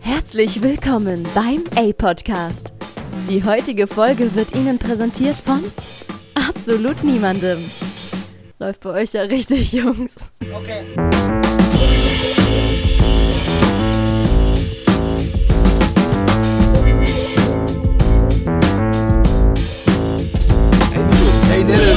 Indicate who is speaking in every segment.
Speaker 1: Herzlich willkommen beim A-Podcast. Die heutige Folge wird Ihnen präsentiert von absolut niemandem. Läuft bei euch ja richtig, Jungs.
Speaker 2: Hey Nelle!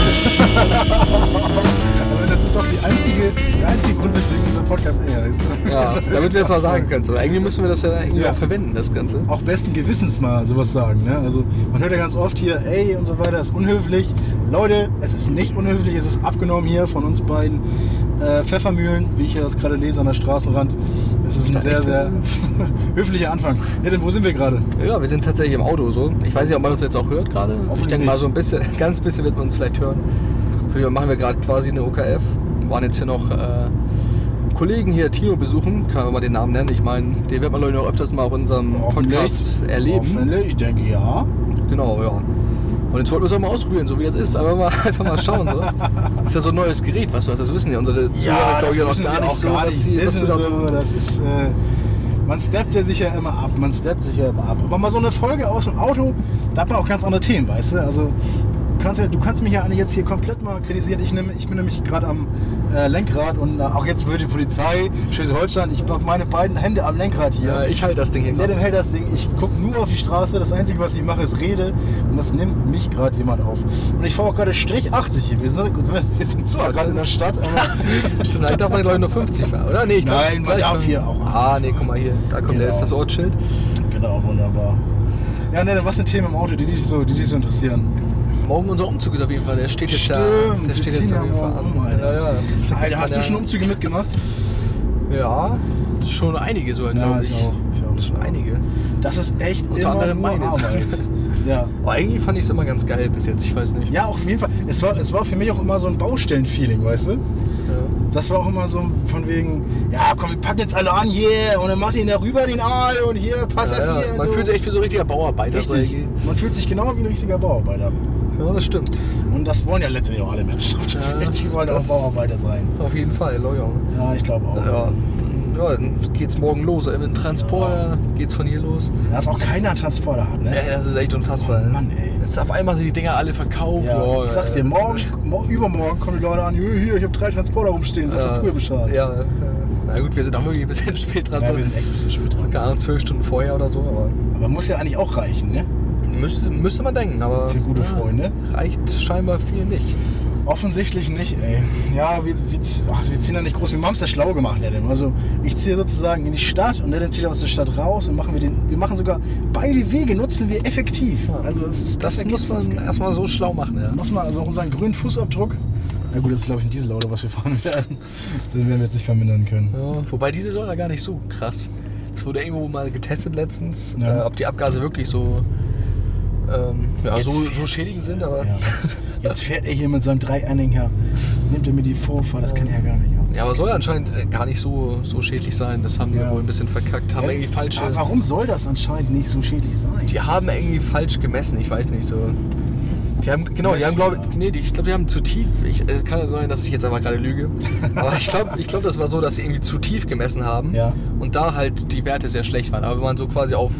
Speaker 2: Aber das ist auch die einzige, der einzige Grund, weswegen unser Podcast eher ist.
Speaker 3: Ja, damit wir das mal sagen können. So, irgendwie müssen wir das ja irgendwie
Speaker 2: Ja.
Speaker 3: auch verwenden, das Ganze.
Speaker 2: Auch besten Gewissens mal sowas sagen. Ne? Also man hört ja ganz oft hier, ey und so weiter, ist unhöflich. Leute, es ist nicht unhöflich, es ist abgenommen hier von uns beiden äh, Pfeffermühlen, wie ich hier das gerade lese an der Straßenrand. Es ist ein
Speaker 3: Ist doch
Speaker 2: sehr,
Speaker 3: echt
Speaker 2: sehr höflicher Anfang. Ja, denn wo sind wir gerade?
Speaker 3: Ja, wir sind tatsächlich im Auto so. Ich weiß nicht, ob man uns jetzt auch hört gerade. Ich
Speaker 2: Hoffentlich
Speaker 3: denke mal
Speaker 2: nicht.
Speaker 3: so ein bisschen, ganz bisschen wird man uns vielleicht hören. Auf jeden Fall machen wir gerade quasi eine OKF. Waren jetzt hier noch äh, Kollegen hier, Tino besuchen. Kann man mal den Namen nennen. Ich meine, den wird man Leute noch öfters mal auf unserem Podcast erleben.
Speaker 2: Hoffentlich, ich denke ja.
Speaker 3: Genau, ja. Und jetzt wollten wir es auch mal ausprobieren, so wie das ist. Einfach mal, einfach mal schauen. So. Das ist ja so ein neues Gerät, was du hast. Das wissen ja unsere Zuhörer, glaube ich, noch
Speaker 2: müssen
Speaker 3: gar
Speaker 2: sie
Speaker 3: nicht
Speaker 2: auch
Speaker 3: so,
Speaker 2: gar
Speaker 3: was
Speaker 2: nicht
Speaker 3: sie was
Speaker 2: wissen,
Speaker 3: du da
Speaker 2: so, das ist, äh, man steppt ja sich ja immer ab, man steppt sich ja immer ab. Aber mal so eine Folge aus dem Auto, da hat man auch ganz andere Themen, weißt du? Also du kannst, ja, du kannst mich ja eigentlich jetzt hier komplett mal kritisieren. Ich, nehm, ich bin nämlich gerade am äh, Lenkrad und äh, auch jetzt wird die Polizei Schleswig-Holstein, ich habe meine beiden Hände am Lenkrad hier.
Speaker 3: Ja, ich halte das Ding hier.
Speaker 2: Der
Speaker 3: gerade.
Speaker 2: dem hält das Ding. Ich gucke nur auf die Straße. Das Einzige, was ich mache, ist rede. Und das nimmt mich gerade jemand auf. Und ich fahre auch gerade Strich 80 hier. Wir sind, wir sind zwar gerade in der Stadt, aber
Speaker 3: Vielleicht darf man glaube ich nur 50 fahren, oder? Nee, ich glaub,
Speaker 2: Nein, man
Speaker 3: gleich
Speaker 2: darf
Speaker 3: mal-
Speaker 2: hier auch 80
Speaker 3: Ah, nee, guck mal hier. Da kommt,
Speaker 2: Genau.
Speaker 3: da ist das Ortsschild.
Speaker 2: Genau, wunderbar. Ja, ne, was sind Themen im Auto, die dich so, die dich so interessieren?
Speaker 3: Morgen unser Umzug ist auf jeden Fall. Der steht jetzt ja.
Speaker 2: Stimmt,
Speaker 3: Der
Speaker 2: wir
Speaker 3: steht
Speaker 2: ziehen
Speaker 3: jetzt
Speaker 2: ja
Speaker 3: auf jeden Fall
Speaker 2: morgen
Speaker 3: an.
Speaker 2: um, Alter.
Speaker 3: ja, das vergisst
Speaker 2: Alter,
Speaker 3: man
Speaker 2: hast
Speaker 3: ja.
Speaker 2: du schon um- Umzüge mitgemacht?
Speaker 3: Ja, schon einige sogar, glaube ich.
Speaker 2: ich auch. Ich auch.
Speaker 3: Schon einige.
Speaker 2: Das ist echt
Speaker 3: Unter
Speaker 2: immer
Speaker 3: anderem
Speaker 2: nur
Speaker 3: meine.
Speaker 2: Arbeit. ja.
Speaker 3: Aber irgendwie Oh, fand ich es immer ganz geil bis jetzt. Ich weiß nicht.
Speaker 2: ja, auch auf jeden Fall. Es war, es war für mich auch immer so ein Baustellen-Feeling, weißt du?
Speaker 3: Ja.
Speaker 2: Das war auch immer so von wegen, ja komm, wir packen jetzt alle an, yeah, und dann macht ihn da rüber den Aal und hier, pass das
Speaker 3: Ja,
Speaker 2: hier.
Speaker 3: ja.
Speaker 2: und
Speaker 3: Man
Speaker 2: so.
Speaker 3: fühlt sich echt wie so ein richtiger Bauarbeiter. so
Speaker 2: richtig.
Speaker 3: irgendwie.
Speaker 2: Man fühlt sich genau wie ein richtiger Bauarbeiter.
Speaker 3: Ja, das stimmt.
Speaker 2: Und das wollen ja letztendlich auch alle Menschen auf der
Speaker 3: Ja,
Speaker 2: Welt. Die wollen auch
Speaker 3: das-
Speaker 2: Bauarbeiter sein.
Speaker 3: Auf jeden Fall, Lojong.
Speaker 2: Ja, ich glaube auch.
Speaker 3: Ja, dann- ja, dann geht's morgen los. äh, Mit dem Transporter geht's von hier los.
Speaker 2: Dass auch keiner einen Transporter hat, ne?
Speaker 3: Ey, das ist echt unfassbar. ne?
Speaker 2: Oh Mann, ey.
Speaker 3: Jetzt auf einmal sind die Dinger alle verkauft. Oh,
Speaker 2: Ja,
Speaker 3: Boah,
Speaker 2: ich sag's dir,
Speaker 3: ey.
Speaker 2: morgen, mo- übermorgen kommen die Leute an, hier, hier ich habe drei Transporter rumstehen, sag
Speaker 3: Ja,
Speaker 2: doch früher Bescheid.
Speaker 3: Ja, also- ja. na gut, wir sind auch wirklich ein bisschen spät dran.
Speaker 2: Ja,
Speaker 3: so.
Speaker 2: wir sind echt ein bisschen spät dran.
Speaker 3: Keine Ahnung, zwölf Stunden vorher oder so, aber
Speaker 2: Aber muss ja eigentlich auch reichen, ne?
Speaker 3: müsste, müsste man denken. Aber
Speaker 2: Für gute Freunde.
Speaker 3: Reicht scheinbar viel nicht.
Speaker 2: Offensichtlich nicht, ey. Ja, wir, wir, z- ach, wir ziehen da nicht groß, wir haben es ja schlau gemacht, Adam. Also ich ziehe sozusagen in die Stadt und Adam zieht aus der Stadt raus und machen wir den, wir machen sogar, beide Wege nutzen wir effektiv.
Speaker 3: Ja.
Speaker 2: Also es ist
Speaker 3: Das
Speaker 2: besser
Speaker 3: muss
Speaker 2: geht's fast
Speaker 3: man
Speaker 2: gar nicht.
Speaker 3: erstmal so schlau machen. Ja.
Speaker 2: Muss man also unseren grünen Fußabdruck, na gut, das ist glaube ich ein Dieselauto, was wir fahren werden, den werden wir jetzt nicht vermindern können.
Speaker 3: Ja, wobei diese soll ja gar nicht so krass. Es wurde irgendwo mal getestet letztens,
Speaker 2: Ja.
Speaker 3: äh, ob die Abgase wirklich so, ähm, ja,
Speaker 2: Jetzt
Speaker 3: so,
Speaker 2: fährt-
Speaker 3: so schädigend sind, aber.
Speaker 2: Ja. Jetzt fährt er hier mit seinem Dreianhänger. Nimmt er mir die Vorfahrt, das kann er ja gar nicht.
Speaker 3: Ja, aber soll anscheinend äh, gar nicht so, so schädlich sein. Das haben die
Speaker 2: Ja.
Speaker 3: wohl ein bisschen verkackt. Haben irgendwie falsche.
Speaker 2: Aber warum soll das anscheinend nicht so schädlich sein?
Speaker 3: Die haben irgendwie falsch gemessen, ich weiß nicht so. Die haben, genau, die haben, glaube ich, nee, die, ich glaube, die haben zu tief, ich, äh, kann ja sein, dass ich jetzt einfach gerade lüge, aber ich glaube, ich glaub, das war so, dass sie irgendwie zu tief gemessen haben
Speaker 2: Ja.
Speaker 3: und da halt die Werte sehr schlecht waren. Aber wenn man so quasi auf,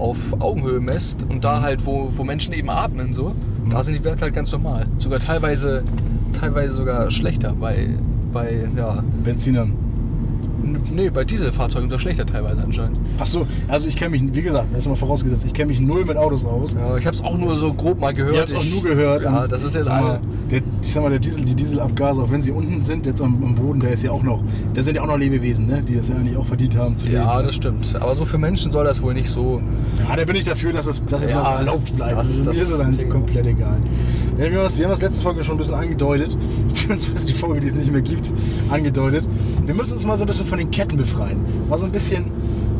Speaker 3: auf Augenhöhe misst und da halt, wo, wo Menschen eben atmen, so,
Speaker 2: Mhm.
Speaker 3: da sind die Werte halt ganz normal. Sogar teilweise, teilweise sogar schlechter bei, bei, ja,
Speaker 2: Benzinern.
Speaker 3: n- nee, bei Dieselfahrzeugen sogar schlechter teilweise anscheinend.
Speaker 2: Achso, also ich kenne mich, wie gesagt, erstmal vorausgesetzt, ich kenne mich null mit Autos aus.
Speaker 3: Ja, ich habe es auch nur so grob mal
Speaker 2: Ich habe
Speaker 3: gehört.
Speaker 2: es auch nur gehört.
Speaker 3: Ja,
Speaker 2: und
Speaker 3: das ist jetzt
Speaker 2: sag mal,
Speaker 3: eine.
Speaker 2: Der, ich sag mal, der Diesel, die Dieselabgase, auch wenn sie unten sind, jetzt am, am Boden, da ist ja auch noch, da sind ja auch noch Lebewesen, ne? die das ja eigentlich auch verdient haben zu leben.
Speaker 3: Ja,
Speaker 2: ne?
Speaker 3: das stimmt. Aber so für Menschen soll das wohl nicht so.
Speaker 2: Ja, Ah, da bin ich dafür, dass es, dass es
Speaker 3: Ja,
Speaker 2: noch erlaubt bleibt.
Speaker 3: das-
Speaker 2: also,
Speaker 3: das
Speaker 2: mir ist es eigentlich
Speaker 3: Thema.
Speaker 2: komplett egal. Ja, wir, haben das, wir haben das letzte Folge schon ein bisschen angedeutet, beziehungsweise die Folge, die es nicht mehr gibt, angedeutet. Wir müssen uns mal so ein bisschen von den Ketten befreien. Mal so ein bisschen,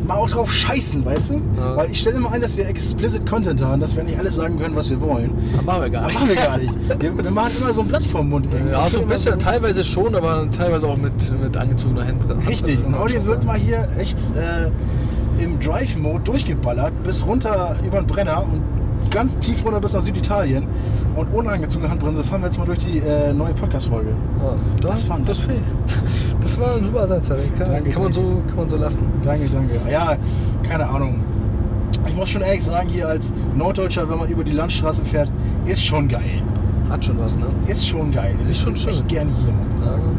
Speaker 2: mal auch drauf scheißen, weißt du?
Speaker 3: Ja.
Speaker 2: Weil ich stelle immer ein, dass wir explicit Content haben, dass wir nicht alles sagen können, was wir wollen.
Speaker 3: Das machen wir gar
Speaker 2: Das
Speaker 3: nicht.
Speaker 2: machen wir gar nicht. Wir, wir machen immer so ein Blatt vom Mund. irgendwie.
Speaker 3: Ja, so ein
Speaker 2: Immer
Speaker 3: bisschen, teilweise schon, aber teilweise auch mit, mit angezogener Handbremse.
Speaker 2: Richtig, und Audi wird mal hier echt äh, im Drive-Mode durchgeballert, bis runter über den Brenner und ganz tief runter bis nach Süditalien. Und ohne angezogene Handbremse fahren wir jetzt mal durch die äh, neue Podcast-Folge.
Speaker 3: Ja,
Speaker 2: Das war ein-
Speaker 3: das, fehlt. das war ein super Satz, Harry. Kann,
Speaker 2: Danke,
Speaker 3: kann, man
Speaker 2: danke.
Speaker 3: so, kann man so lassen.
Speaker 2: Danke, danke. Ja, keine Ahnung. Ich muss schon ehrlich sagen, hier als Norddeutscher, wenn man über die Landstraße fährt, ist schon geil.
Speaker 3: Hat schon was, ne?
Speaker 2: Ist schon geil. Also
Speaker 3: Ist schon
Speaker 2: ich bin
Speaker 3: schön.
Speaker 2: echt gern hier, muss ich sagen.
Speaker 3: sagen.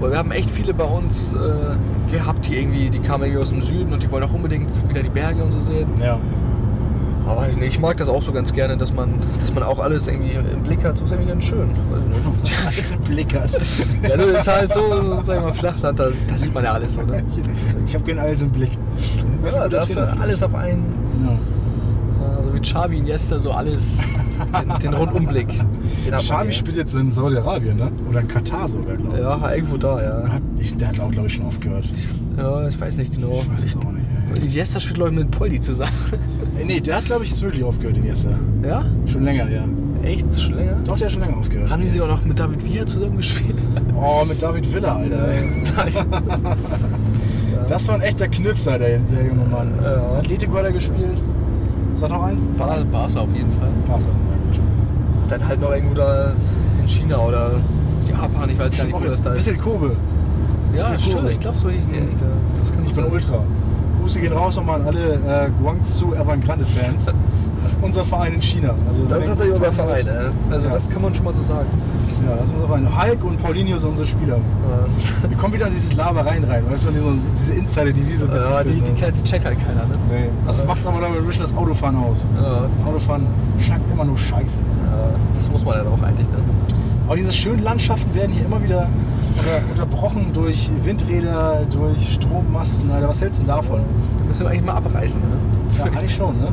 Speaker 3: Weil wir haben echt viele bei uns äh, gehabt, die irgendwie, die kamen irgendwie aus dem Süden und die wollen auch unbedingt wieder die Berge und so sehen.
Speaker 2: Ja.
Speaker 3: Aber weiß nicht, ich mag das auch so ganz gerne, dass man, dass man auch alles irgendwie im Blick hat. So ist irgendwie ganz schön. Weiß nicht.
Speaker 2: Alles im Blick hat.
Speaker 3: Ja, du ist halt so, so, sag ich mal, Flachland, da, da sieht man ja alles, oder?
Speaker 2: Ich habe gern alles im Blick. Was
Speaker 3: Ja, äh,
Speaker 2: ein
Speaker 3: da
Speaker 2: guter
Speaker 3: hast du
Speaker 2: Trainer für
Speaker 3: alles auf einen,
Speaker 2: mich. Ja.
Speaker 3: ja, so wie Xavi Iniesta, so alles, den, den Rundumblick. Den hat man
Speaker 2: Schami
Speaker 3: hier.
Speaker 2: spielt jetzt in Saudi-Arabien, ne? Oder in Katar sogar, glaube ich.
Speaker 3: Ja, irgendwo da, ja.
Speaker 2: Hat- Ich, der hat auch, glaube ich, schon aufgehört. Ich
Speaker 3: Ja, ich weiß nicht genau.
Speaker 2: weiß es auch nicht.
Speaker 3: Iniesta spielt, glaube ich, mit Poldi zusammen.
Speaker 2: Ey, Äh, nee, der hat, glaube ich, jetzt wirklich aufgehört, den Jester.
Speaker 3: Ja?
Speaker 2: Schon länger, ja.
Speaker 3: Echt? Schon länger?
Speaker 2: Doch, der hat schon länger aufgehört.
Speaker 3: Haben die sie
Speaker 2: Yes.
Speaker 3: auch noch mit David Villa zusammen gespielt?
Speaker 2: Oh, mit David Villa, Alter. ey. Das war ein echter Knips, Alter, der junge Mann.
Speaker 3: Ja.
Speaker 2: Atletico hat er gespielt. Ist da noch ein?
Speaker 3: War Barca auf jeden Fall.
Speaker 2: Passt.
Speaker 3: Dann halt noch irgendwo da in China oder Japan, ich weiß gar
Speaker 2: Ich
Speaker 3: nicht, wo das da ist.
Speaker 2: bisschen Kobe.
Speaker 3: Ja,
Speaker 2: bisschen
Speaker 3: stimmt,
Speaker 2: Kurve.
Speaker 3: ich glaube, so hießen die echt. ja. Mhm. Das kann
Speaker 2: Ich bin Ultra. Grüße gehen raus nochmal an alle äh, Guangzhou Evergrande Fans. Das ist unser Verein in China. Also
Speaker 3: Das ist natürlich unser Verein, ey. Also
Speaker 2: Ja.
Speaker 3: das kann man schon mal so sagen.
Speaker 2: Ja, das ist unser Verein. Hulk und Paulinho sind unsere Spieler. Wir kommen wieder in dieses Labereien rein, weißt du, in diese, diese Insider, die wir so witzig
Speaker 3: Ja, die,
Speaker 2: finden,
Speaker 3: die,
Speaker 2: ne?
Speaker 3: kennt- checkt halt keiner, ne?
Speaker 2: Nee, das macht aber dann ein bisschen das Autofahren aus.
Speaker 3: Ja,
Speaker 2: Autofahren schnackt immer nur Scheiße.
Speaker 3: ja, das muss man dann auch eigentlich, ne?
Speaker 2: Aber diese schönen Landschaften werden hier immer wieder unter- unterbrochen durch Windräder, durch Strommasten. Alter, was hältst du denn davon?
Speaker 3: Da müssen wir eigentlich mal abreißen, ne?
Speaker 2: Ja, eigentlich schon, ne?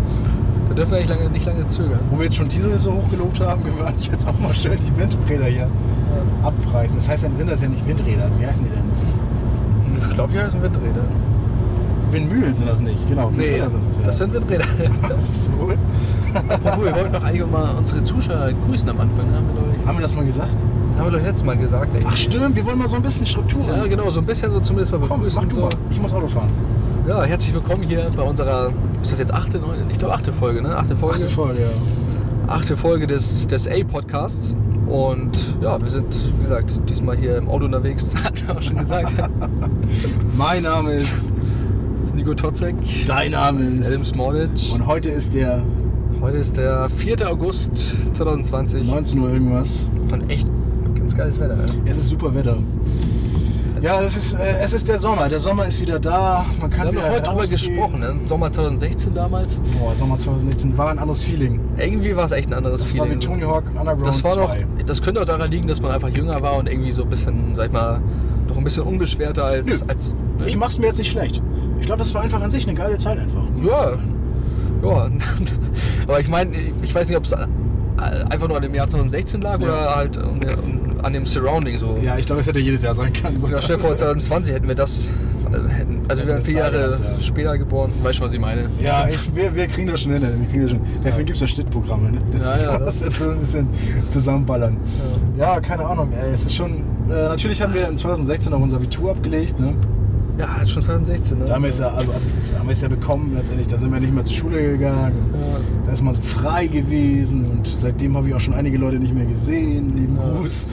Speaker 3: Da dürfen wir eigentlich lange, nicht lange zögern.
Speaker 2: Wo wir jetzt schon Diesel so hochgelobt haben, können wir eigentlich jetzt auch mal schön die Windräder hier abpreisen. Das heißt, dann sind das ja nicht Windräder. Also wie heißen die denn?
Speaker 3: Ich glaube, hier sind Windräder.
Speaker 2: Windmühlen sind das nicht, genau.
Speaker 3: Nee,
Speaker 2: Windräder sind das, ja.
Speaker 3: das sind Windräder.
Speaker 2: das ist so.
Speaker 3: Obwohl, wir wollten doch eigentlich mal unsere Zuschauer grüßen am Anfang, haben wir doch, nicht-
Speaker 2: Haben wir das mal gesagt?
Speaker 3: haben wir doch letztes Mal gesagt. Irgendwie.
Speaker 2: Ach stimmt, wir wollen mal so ein bisschen Struktur
Speaker 3: Ja,
Speaker 2: rein.
Speaker 3: genau, so ein bisschen so zumindest mal
Speaker 2: Komm,
Speaker 3: begrüßen.
Speaker 2: mach du
Speaker 3: so.
Speaker 2: mal. Ich muss Auto fahren.
Speaker 3: Ja, herzlich willkommen hier bei unserer, ist das jetzt achte, neunte? Ich glaube achte Folge, ne? Achte Folge.
Speaker 2: Achte Folge, ja.
Speaker 3: achte Folge des, des A-Podcasts. Und ja, wir sind, wie gesagt, diesmal hier im Auto unterwegs. Hat er auch schon gesagt.
Speaker 2: Mein Name ist,
Speaker 3: Nico Totzek,
Speaker 2: dein Name
Speaker 3: Adam
Speaker 2: ist.
Speaker 3: Smolic.
Speaker 2: Und heute ist der
Speaker 3: Heute ist der 4. August 2020.
Speaker 2: 19 Uhr irgendwas.
Speaker 3: Und echt ganz geiles Wetter. ja.
Speaker 2: Es ist super Wetter. Ja, es ist, äh, es ist der Sommer. Der Sommer ist wieder da. Man
Speaker 3: Wir
Speaker 2: kann
Speaker 3: haben
Speaker 2: wieder
Speaker 3: ja heute drüber
Speaker 2: rausgehen.
Speaker 3: gesprochen, ne? Sommer 2016 damals.
Speaker 2: Boah, Sommer 2016 war ein anderes Feeling.
Speaker 3: Irgendwie war es echt ein anderes
Speaker 2: Das war
Speaker 3: Feeling.
Speaker 2: mit Tony Hawk Underground
Speaker 3: das war doch,
Speaker 2: 2.
Speaker 3: das könnte auch daran liegen, dass man einfach jünger war und irgendwie so ein bisschen, sag ich mal, noch ein bisschen unbeschwerter als.
Speaker 2: Nö.
Speaker 3: als ne?
Speaker 2: Ich mach's mir jetzt nicht schlecht. Ich glaube, das war einfach an sich eine geile Zeit einfach.
Speaker 3: Ja. Ja. Aber ich meine, ich weiß nicht, ob es einfach nur an dem Jahr 2016 lag oder halt an der- an dem Surrounding so.
Speaker 2: Ja, ich glaube, es hätte jedes Jahr sein können.
Speaker 3: Ja, Stell dir vor 2020 hätten wir das, äh, hätten, also wir wären vier
Speaker 2: Hätten wir
Speaker 3: Jahre
Speaker 2: es gehabt, ja.
Speaker 3: später geboren. Weißt du, was ich meine?
Speaker 2: Ja, ich, wir, wir kriegen das schon hin. Wir kriegen das schon. Deswegen gibt's ja Schnittprogramme. Ne?
Speaker 3: Ja, ja,
Speaker 2: Kann man
Speaker 3: das-
Speaker 2: das jetzt so ein bisschen zusammenballern. Ja, keine Ahnung. Ey, es ist schon. Äh, natürlich haben wir im 2016 auch unser Abitur abgelegt. Ne?
Speaker 3: Ja, schon 2016, ne?
Speaker 2: Da haben wir es ja, also, ab- da haben wir es ja bekommen letztendlich. Da sind wir nicht mehr zur Schule gegangen.
Speaker 3: Ja.
Speaker 2: Da ist man so frei gewesen. Und seitdem habe ich auch schon einige Leute nicht mehr gesehen. Lieben
Speaker 3: Ja.
Speaker 2: Gruß.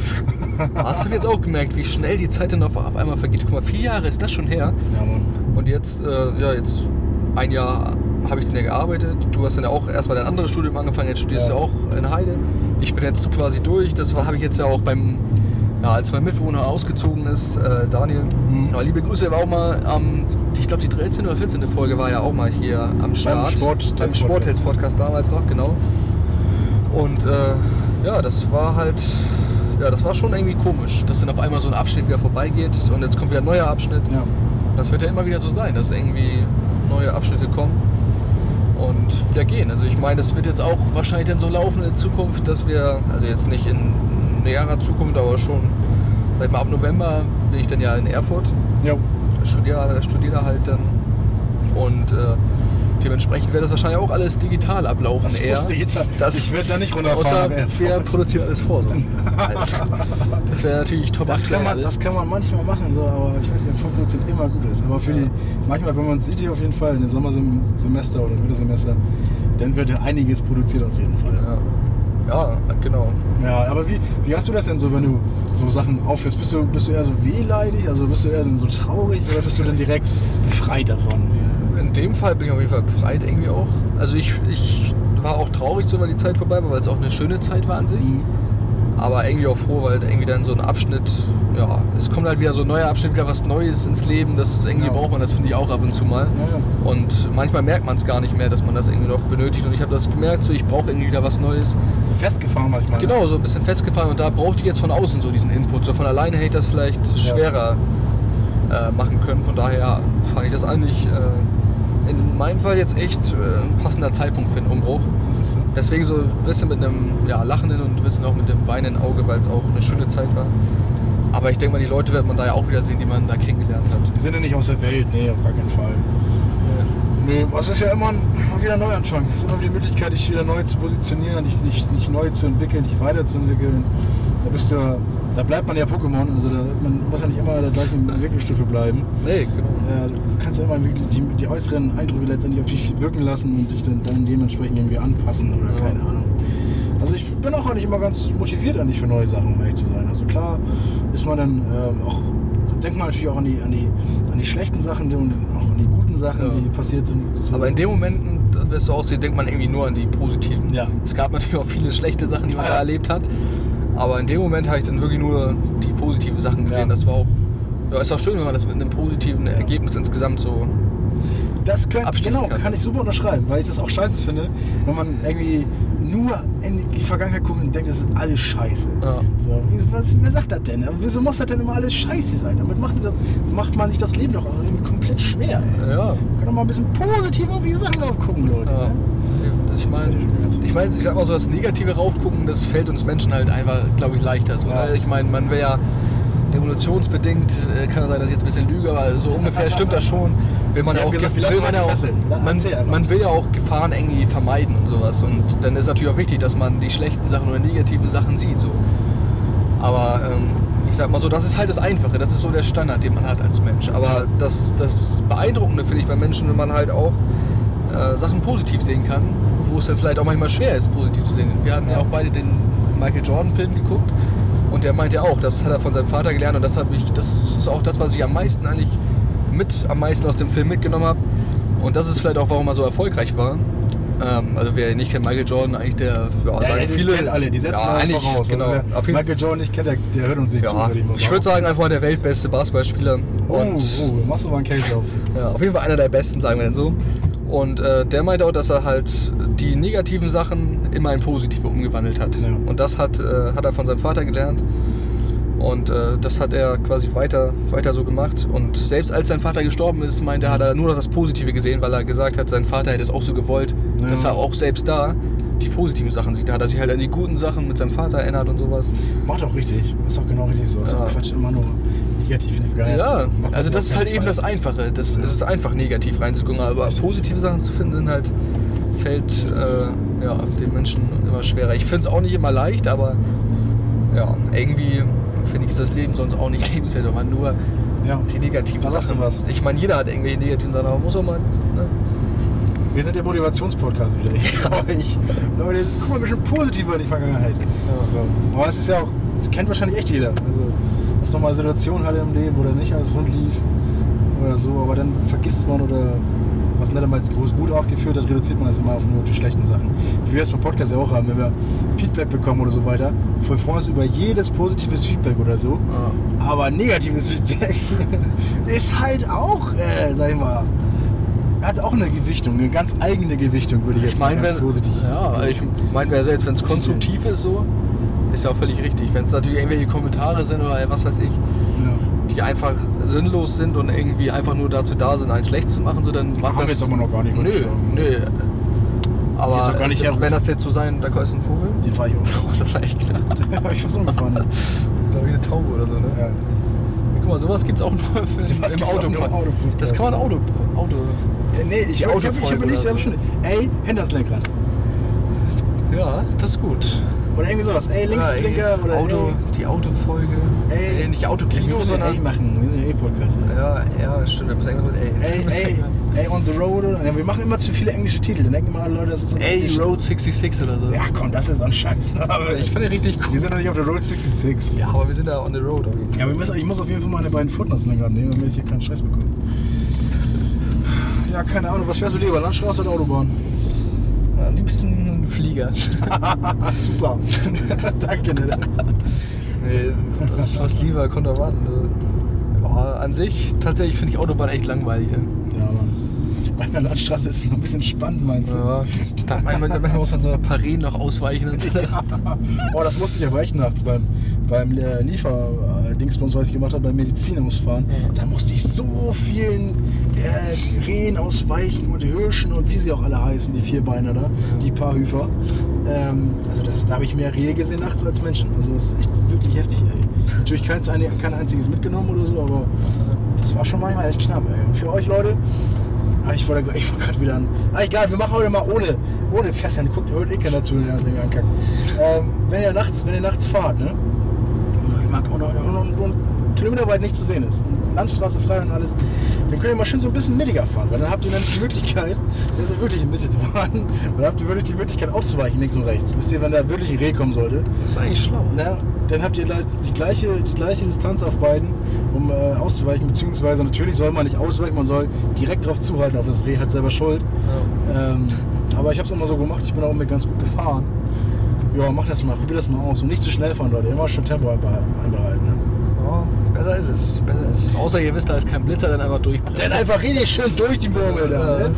Speaker 3: Ah, Das habe ich jetzt auch gemerkt, wie schnell die Zeit dann auf, auf einmal vergeht. Guck mal, vier Jahre ist das schon her.
Speaker 2: Ja, Mann.
Speaker 3: Und jetzt, äh, ja, jetzt ein Jahr habe ich dann ja gearbeitet. Du hast dann ja auch erstmal dein anderes Studium angefangen. Jetzt studierst
Speaker 2: Ja.
Speaker 3: du auch in Heide. Ich bin jetzt quasi durch. Das war- habe ich jetzt ja auch beim, ja, als mein Mitbewohner ausgezogen ist, äh, Daniel.
Speaker 2: Mhm.
Speaker 3: Ja, liebe Grüße, er war auch mal am, ich glaube, die 13. oder 14. Folge war ja auch mal hier am Start.
Speaker 2: Sport-
Speaker 3: beim
Speaker 2: Podcast.
Speaker 3: Sporthits-Podcast damals noch, genau. Und äh, ja, das war halt, ja, das war schon irgendwie komisch, dass dann auf einmal so ein Abschnitt wieder vorbeigeht und jetzt kommt wieder ein neuer Abschnitt.
Speaker 2: Ja.
Speaker 3: Das wird ja immer wieder so sein, dass irgendwie neue Abschnitte kommen und wieder gehen. Also ich meine, das wird jetzt auch wahrscheinlich dann so laufen in Zukunft, dass wir, also jetzt nicht in näherer Zukunft, aber schon, sag ich mal, ab November bin ich dann ja in Erfurt,
Speaker 2: Ja.
Speaker 3: studiere, studiere halt dann und äh, Dementsprechend wird das wahrscheinlich auch alles digital ablaufen.
Speaker 2: Das muss
Speaker 3: eher,
Speaker 2: digital-
Speaker 3: Das-
Speaker 2: ich werd da nicht runterfahren,
Speaker 3: Außer
Speaker 2: aber er
Speaker 3: wir
Speaker 2: freut.
Speaker 3: produzieren alles vor. So. Alter. das wäre natürlich top
Speaker 2: Das
Speaker 3: aktuell
Speaker 2: kann, man,
Speaker 3: alles.
Speaker 2: das kann man manchmal machen, so, aber ich weiß nicht, Fokus sind immer gut ist. Aber für die, manchmal, wenn man sieht hier auf jeden Fall, in den Sommersemester oder Wintersemester, dann wird ja einiges produziert auf jeden Fall.
Speaker 3: ja. ja, genau.
Speaker 2: Ja, aber wie, wie hast du das denn so, wenn du so Sachen aufhörst? Bist du, bist du eher so wehleidig, also bist du eher dann so traurig oder bist du dann direkt befreit davon?
Speaker 3: In dem Fall bin ich auf jeden Fall befreit irgendwie auch. Also ich, ich war auch traurig so, weil die Zeit vorbei war, weil es auch eine schöne Zeit war an sich. Aber irgendwie auch froh, weil irgendwie dann so ein Abschnitt, ja, es kommt halt wieder so ein neuer Abschnitt, wieder was Neues ins Leben. Das irgendwie
Speaker 2: Genau.
Speaker 3: braucht man, das finde ich auch ab und zu mal.
Speaker 2: Ja, ja.
Speaker 3: Und manchmal merkt man es gar nicht mehr, dass man das irgendwie noch benötigt. Und ich habe das gemerkt, so ich brauche irgendwie wieder was Neues.
Speaker 2: So festgefahren manchmal. ne?
Speaker 3: Genau, so ein bisschen festgefahren und da braucht ihr jetzt von außen so diesen Input. So von alleine hätte ich das vielleicht schwerer äh, machen können. Von daher fand ich das eigentlich äh, in meinem Fall jetzt echt äh, ein passender Zeitpunkt für den Umbruch.
Speaker 2: Das ist so.
Speaker 3: Deswegen so ein bisschen mit einem ja, lachenden und ein bisschen auch mit dem weinenden Auge, weil es auch eine schöne Zeit war. Aber ich denke mal, die Leute wird man da ja auch wieder sehen, die man da kennengelernt hat.
Speaker 2: Die sind ja nicht aus der Welt, nee, auf gar keinen Fall. Nee, aber es ist ja immer ein, immer wieder ein Neuanfang. Es ist immer wieder die Möglichkeit, dich wieder neu zu positionieren, dich, dich, dich neu zu entwickeln, dich weiterzuentwickeln. Da bist du, ja- da bleibt man ja Pokémon, also da, man muss ja nicht immer in der gleichen Entwicklungsstufe bleiben.
Speaker 3: Nee, genau.
Speaker 2: Ja, du kannst ja immer wirklich die, die äußeren Eindrücke letztendlich auf dich wirken lassen und dich dann, dann dementsprechend irgendwie anpassen oder
Speaker 3: Ja.
Speaker 2: keine Ahnung. Also ich bin auch eigentlich immer ganz motiviert eigentlich für neue Sachen, um ehrlich zu sein. Also klar ist man dann ähm, auch, so denkt man natürlich auch an die, an die, an die schlechten Sachen die- und auch an die guten Sachen,
Speaker 3: Ja.
Speaker 2: die passiert sind. So.
Speaker 3: Aber in den Momenten, das wirst du auch sehen, denkt man irgendwie nur an die positiven.
Speaker 2: Ja.
Speaker 3: Es gab natürlich auch viele schlechte Sachen, die man
Speaker 2: Ah,
Speaker 3: da
Speaker 2: ja.
Speaker 3: erlebt hat. Aber in dem Moment habe ich dann wirklich nur die positiven Sachen gesehen.
Speaker 2: Ja.
Speaker 3: Das war auch. Ja, ist auch schön, wenn man das mit einem positiven Ergebnis insgesamt so.
Speaker 2: Das könnte,
Speaker 3: abschließen
Speaker 2: genau,
Speaker 3: kann.
Speaker 2: kann. ich super unterschreiben, weil ich das auch scheiße finde, wenn man irgendwie nur in die Vergangenheit guckt und denkt, das ist alles scheiße.
Speaker 3: Ja.
Speaker 2: So, wie- was, wer sagt das denn? Aber Wieso muss das denn immer alles scheiße sein? Damit macht, das, macht man sich das Leben doch irgendwie komplett schwer. Ey.
Speaker 3: Ja.
Speaker 2: Können doch mal ein bisschen positiv auf die Sachen aufgucken, Leute.
Speaker 3: ja.
Speaker 2: ne?
Speaker 3: Ich meine, ich meine, ich sag mal so, das Negative raufgucken, das fällt uns Menschen halt einfach, glaube ich, leichter. So,
Speaker 2: Ja.
Speaker 3: ne? Ich meine, man wäre ja evolutionsbedingt, äh, kann sein, dass ich jetzt ein bisschen lüge, aber so ungefähr stimmt das schon. Will man ja
Speaker 2: Wir haben
Speaker 3: auch,
Speaker 2: gesagt,
Speaker 3: will
Speaker 2: wir lassen
Speaker 3: man
Speaker 2: mal
Speaker 3: ja
Speaker 2: die
Speaker 3: auch
Speaker 2: Fesseln. Na,
Speaker 3: man,
Speaker 2: erzähl einfach.
Speaker 3: man will ja auch Gefahren irgendwie vermeiden und sowas. Und dann ist natürlich auch wichtig, dass man die schlechten Sachen oder negativen Sachen sieht. So. Aber ähm, ich sag mal so, das ist halt das Einfache, das ist so der Standard, den man hat als Mensch. Aber das, das Beeindruckende finde ich bei Menschen, wenn man halt auch äh, Sachen positiv sehen kann, wo es dann vielleicht auch manchmal schwer ist, positiv zu sehen. Wir hatten ja auch beide den Michael Jordan-Film geguckt und der meinte ja auch, das hat er von seinem Vater gelernt und das, hab ich, das ist auch das, was ich am meisten eigentlich mit, am meisten aus dem Film mitgenommen habe. Und das ist vielleicht auch, warum er so erfolgreich war. Ähm, also wer ihn nicht kennt, Michael Jordan, eigentlich der, ja,
Speaker 2: Ja,
Speaker 3: sagen
Speaker 2: die
Speaker 3: Also viele,
Speaker 2: kennen alle, die setzen
Speaker 3: ja,
Speaker 2: wir einfach
Speaker 3: eigentlich,
Speaker 2: raus.
Speaker 3: Genau,
Speaker 2: Wer
Speaker 3: auf jeden
Speaker 2: Michael Jordan nicht kennt, der, der hört uns nicht zu.
Speaker 3: ja,
Speaker 2: würde mal
Speaker 3: ich würde
Speaker 2: sagen.
Speaker 3: sagen, einfach der weltbeste Basketballspieler. Und
Speaker 2: Oh, oh, machst du mal einen Case auf.
Speaker 3: ja, auf jeden Fall einer der besten, sagen wir denn so. Und äh, der meinte auch, dass er halt die negativen Sachen immer in positive umgewandelt hat.
Speaker 2: Ja.
Speaker 3: Und das hat, äh, hat er von seinem Vater gelernt. Und äh, das hat er quasi weiter, weiter so gemacht. Und selbst als sein Vater gestorben ist, meinte er, hat er nur noch das Positive gesehen, weil er gesagt hat, sein Vater hätte es auch so gewollt,
Speaker 2: Ja.
Speaker 3: dass er auch selbst da die positiven Sachen sieht. Da hat er sich halt an die guten Sachen mit seinem Vater erinnert und sowas.
Speaker 2: Macht auch richtig. Ist auch genau richtig so. Ist
Speaker 3: Ja.
Speaker 2: auch Quatsch, immer nur negativ in die Vergangenheit.
Speaker 3: Ja,
Speaker 2: zu gucken. Macht
Speaker 3: also
Speaker 2: auf
Speaker 3: das ist
Speaker 2: keinen
Speaker 3: halt eben
Speaker 2: Fall.
Speaker 3: das Einfache. Das, Es ist einfach negativ reinzugucken, aber positive Sachen zu finden sind halt, fällt äh, ja, den Menschen immer schwerer. Ich finde es auch nicht immer leicht, aber ja, irgendwie finde ich, ist das Leben sonst auch nicht lebenswert, wenn man nur
Speaker 2: Ja.
Speaker 3: die negativen
Speaker 2: Da sagst
Speaker 3: Sachen.
Speaker 2: du was.
Speaker 3: Ich meine, jeder hat irgendwelche negativen Sachen, aber man muss auch mal. Ne?
Speaker 2: Wir sind der Motivationspodcast wieder. Ich, ich, Leute, guck mal ein bisschen positiver in die Vergangenheit. So. Aber es ist ja auch, das kennt wahrscheinlich echt jeder. Also, dass man mal Situationen hatte im Leben, wo dann nicht alles rund lief oder so, aber dann vergisst man oder was dann mal als groß gut ausgeführt hat, reduziert man das immer auf nur die schlechten Sachen. Wie wir es beim Podcast ja auch haben, wenn wir Feedback bekommen oder so weiter, wir freuen uns über jedes positives Feedback oder so. Aber negatives Feedback ist halt auch, äh, sag ich mal, hat auch eine Gewichtung, eine ganz eigene Gewichtung, würde ich jetzt
Speaker 3: Ich meine,
Speaker 2: mal ganz
Speaker 3: wenn,
Speaker 2: positiv.
Speaker 3: ja, ich mein, wer selbst wenn es konstruktiv ist, so ist ja auch völlig richtig. Wenn es natürlich irgendwelche Kommentare sind oder was weiß ich,
Speaker 2: Ja.
Speaker 3: die einfach sinnlos sind und irgendwie einfach nur dazu da sind, einen schlecht zu machen, so dann macht
Speaker 2: Haben wir
Speaker 3: das.
Speaker 2: jetzt aber noch gar nicht, würde ich
Speaker 3: Nö,
Speaker 2: sagen.
Speaker 3: nö. Aber
Speaker 2: Jetzt auch gar nicht
Speaker 3: es-
Speaker 2: herrufen.
Speaker 3: wenn das jetzt so sein, da ist ein Vogel.
Speaker 2: Den fahre ich um.
Speaker 3: Oh, das war echt klar.
Speaker 2: Da hab ich fast umgefahren. ne?
Speaker 3: Glaube ich eine Taube oder so, ne?
Speaker 2: Ja. Äh,
Speaker 3: Guck mal, sowas gibt's auch nur für,
Speaker 2: Sowas
Speaker 3: im
Speaker 2: gibt's auch
Speaker 3: Auto.
Speaker 2: nur im Autopodcast.
Speaker 3: das kann man Auto, Auto
Speaker 2: nee, ich,
Speaker 3: Die
Speaker 2: ich, hab- ich
Speaker 3: Autofolge
Speaker 2: habe nicht.
Speaker 3: oder
Speaker 2: hab
Speaker 3: so.
Speaker 2: schon, ey, hinter das Lenkrad.
Speaker 3: Ja, das ist gut.
Speaker 2: Oder irgendwie sowas. Ey, Linksblinker
Speaker 3: ey,
Speaker 2: oder.
Speaker 3: Auto, die Autofolge.
Speaker 2: Ey,
Speaker 3: Ey, nicht
Speaker 2: Ich
Speaker 3: Autokino,
Speaker 2: muss ein
Speaker 3: sondern.
Speaker 2: Ey machen. Wir sind ja eh Podcast.
Speaker 3: ja, ja, stimmt. Da muss irgendwas mit Ey.
Speaker 2: Ey,
Speaker 3: Da muss
Speaker 2: ey,
Speaker 3: irgendwas-
Speaker 2: ey, on the road. Oder, ja, wir machen immer zu viele englische Titel. Dann denken immer alle Leute, das ist ein
Speaker 3: Ey,
Speaker 2: englischer-
Speaker 3: Road 66 oder so.
Speaker 2: Ja, komm, das ist ein Scheiß. Aber ich finde richtig cool. Wir sind doch nicht auf der Road 66.
Speaker 3: Ja, aber wir sind da on the road. auf jeden Fall.
Speaker 2: Ja, wir müssen, ich muss auf jeden Fall meine beiden Footnotes länger nehmen, damit ich hier keinen Stress bekomme. Ja, keine Ahnung, was fährst du lieber, Landstraße oder Autobahn?
Speaker 3: Am liebsten ein Flieger.
Speaker 2: Super. Danke, Neda.
Speaker 3: Nee, das ist fast lieber Konterwatt. Ne? Aber an sich, tatsächlich finde ich Autobahn echt langweilig. ey.
Speaker 2: Ja, Mann. Bei einer Landstraße ist es noch ein bisschen spannend, meinst du?
Speaker 3: Ja, da manchmal, manchmal muss man so ein paar Rehen noch ausweichen. Und so.
Speaker 2: Oh, das musste ich aber echt nachts beim, beim äh, Liefer-Dingsbums, was ich gemacht habe, beim Medizinausfahren.
Speaker 3: Ja.
Speaker 2: Da musste ich so vielen äh, Rehen ausweichen und Hirschen und wie sie auch alle heißen, die Vierbeiner da, die Paarhüfer. Ähm, also das, da habe ich mehr Rehe gesehen nachts als Menschen. Also das ist echt wirklich heftig, ey. Natürlich keins, eine- kein einziges mitgenommen oder so, aber das war schon manchmal echt knapp, ey. Und Für euch Leute, Ah, ich wollte, ich wollte gerade wieder an. Ah, egal, wir machen heute mal ohne, ohne Fesseln. Guckt, hört eh keiner zu, der das Ding ankackt. Ähm, wenn, ihr nachts, wenn ihr nachts fahrt, ne? Also, Und, man- und, und, und, und kilometerweit nicht zu sehen ist. und Landstraße frei und alles. Dann könnt ihr mal schön so ein bisschen mittiger fahren, weil dann habt ihr dann die Möglichkeit, dass ihr wirklich in Mitte zu fahren. Und dann habt ihr wirklich die Möglichkeit auszuweichen, links und rechts. Wisst ihr, wenn da wirklich ein Reh kommen sollte,
Speaker 3: Das ist eigentlich schlau. ne?
Speaker 2: na, dann habt ihr gleich- die gleiche, die gleiche Distanz auf beiden, um äh, auszuweichen. Beziehungsweise natürlich soll man nicht ausweichen, man soll direkt drauf zuhalten, auf das Reh hat selber Schuld. Ähm, aber ich habe es immer so gemacht, ich bin auch mit ganz gut gefahren. Ja, mach das mal, probier das mal aus. Und nicht zu schnell fahren, Leute. Immer schön Tempo einbehalten. einbehalten ne?
Speaker 3: Ja, besser ist es. Besser ist es. Außer ihr wisst, da ist kein Blitzer, dann einfach durchbrechen.
Speaker 2: Dann einfach richtig schön durch die Murmel da.
Speaker 3: Ja.
Speaker 2: Ne?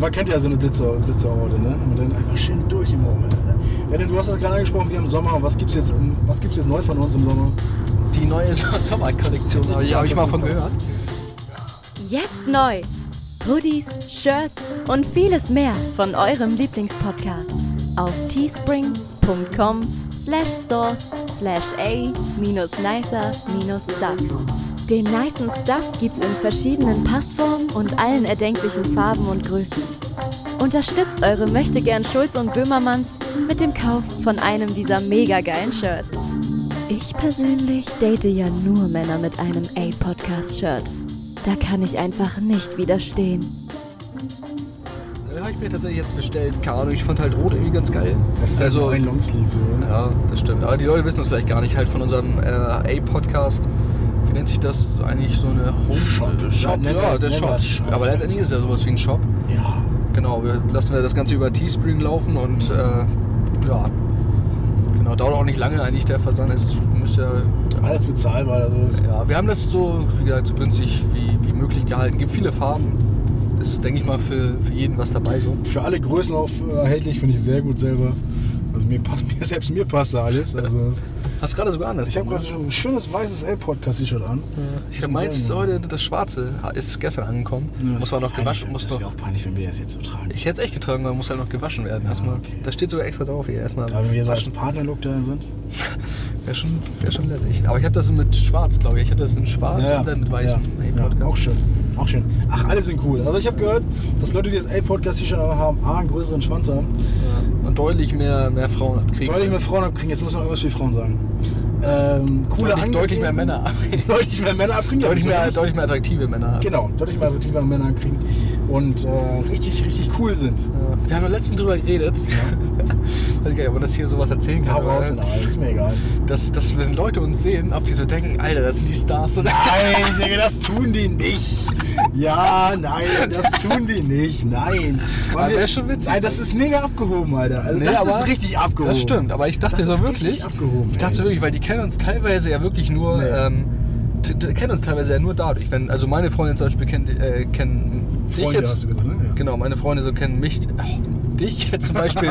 Speaker 2: Man kennt ja so eine Blitzer, Blitzerhorde, ne? Und dann einfach schön durch die Murmel. Ne? Ja, denn du hast das gerade angesprochen, wir im Sommer. Was gibt's jetzt, im- was gibt's jetzt neu von uns im Sommer?
Speaker 3: Die neue Sommerkollektion, aber die habe ich mal von gehört.
Speaker 1: Jetzt neu. Hoodies, Shirts und vieles mehr von eurem Lieblingspodcast auf teespring.com slash stores slash a minus nicer minus stuff. Den nicen Stuff gibt's in verschiedenen Passformen und allen erdenklichen Farben und Größen. Unterstützt eure Möchtegern Schulz und Böhmermanns mit dem Kauf von einem dieser mega geilen Shirts. Ich persönlich date ja nur Männer mit einem A-Podcast-Shirt. Da kann ich einfach nicht widerstehen.
Speaker 3: Ja, habe Äh, ich mir tatsächlich jetzt bestellt. Keine Ahnung, ich fand halt rot irgendwie ganz geil.
Speaker 2: also ein Longsleeve. Oder?
Speaker 3: Ja, das stimmt. Aber die Leute wissen das vielleicht gar nicht. Halt von unserem äh, A-Podcast, wie nennt sich das eigentlich so eine Home
Speaker 2: Shop.
Speaker 3: äh, Shop.
Speaker 2: Nennen wir
Speaker 3: Ja,
Speaker 2: es-
Speaker 3: der
Speaker 2: nennen wir
Speaker 3: Shop.
Speaker 2: es Shop.
Speaker 3: Aber letztendlich ist ja sowas wie ein Shop.
Speaker 2: Ja.
Speaker 3: Genau, wir lassen wir das Ganze über Teespring laufen und äh, ja. Genau, dauert auch nicht lange eigentlich der Versand. Es müsste ja
Speaker 2: Alles bezahlbar. Also das
Speaker 3: Ja, wir haben das so, wie gesagt, so günstig wie, wie möglich gehalten. Gibt viele Farben. Ist, denke ich mal, für, für jeden was dabei so.
Speaker 2: für alle Größen auch erhältlich, finde ich sehr gut selber. Also mir passt mir, selbst mir passt da alles. Also das-
Speaker 3: Hast gerade sogar anders.
Speaker 2: ich habe gerade schon ein schönes weißes L-Podcast-T-Shirt an.
Speaker 3: ich hab meins heute, das schwarze, ist gestern angekommen. muss man noch gewaschen, muss
Speaker 2: Das wäre
Speaker 3: noch.
Speaker 2: auch peinlich, wenn wir das jetzt so tragen.
Speaker 3: Ich hätte es echt getragen, aber muss halt noch gewaschen werden. Erstmal,
Speaker 2: okay.
Speaker 3: Da steht sogar extra drauf hier. Erstmal
Speaker 2: Aber wenn wir so als
Speaker 3: waschen.
Speaker 2: Partnerlook da sind.
Speaker 3: Wäre schon, wär schon lässig. Aber ich habe das mit schwarz, glaube ich. Ich habe das in schwarz und dann mit weißem A-Podcast.
Speaker 2: auch schön. Auch schön. Ach, alle sind cool. Also ich habe gehört, dass Leute, die das L-Podcast-T-Shirt haben, A, einen größeren Schwanz haben.
Speaker 3: Ja. Und deutlich mehr, mehr Frauen abkriegen.
Speaker 2: Deutlich mehr Frauen abkriegen. Jetzt muss man irgendwas für die Frauen sagen. Ähm, coole
Speaker 3: deutlich, deutlich
Speaker 2: angesehen
Speaker 3: mehr
Speaker 2: sind.
Speaker 3: Männer abkriegen.
Speaker 2: Deutlich mehr Männer abkriegen. Ja,
Speaker 3: deutlich,
Speaker 2: wieso
Speaker 3: mehr,
Speaker 2: nicht?
Speaker 3: deutlich mehr attraktive Männer abkriegen.
Speaker 2: Genau, deutlich mal attraktivere Männer kriegen und äh, richtig, richtig cool sind. Äh,
Speaker 3: Ja. Wir haben ja letztens drüber geredet. Weiß gar nicht, ob man das hier sowas erzählen kann.
Speaker 2: Hau
Speaker 3: aber,
Speaker 2: raus, genau. nein, ist mir egal.
Speaker 3: dass, dass wenn Leute uns sehen, ob die so denken, Alter, das sind die Stars oder.
Speaker 2: Nein, Digga, das tun die nicht. Ja, nein, das tun die nicht. Nein. Mann,
Speaker 3: Aber
Speaker 2: wir-
Speaker 3: wär schon witzig.
Speaker 2: Nein, das ist mega abgehoben, Alter. Also das ist richtig abgehoben.
Speaker 3: Das stimmt, aber ich dachte
Speaker 2: Das
Speaker 3: so
Speaker 2: ist
Speaker 3: wirklich.
Speaker 2: richtig abgehoben,
Speaker 3: ich dachte so
Speaker 2: ey.
Speaker 3: wirklich, weil die kennen uns teilweise ja wirklich nur.
Speaker 2: Nee.
Speaker 3: Ähm, t- t- kennen uns teilweise ja nur dadurch. Wenn, also meine Freundin zum Beispiel kennt, äh, kennen dich
Speaker 2: Freunde
Speaker 3: jetzt.
Speaker 2: hast du gesagt, ne? Ja.
Speaker 3: Genau, meine Freunde so kennen mich. Oh, dich jetzt zum Beispiel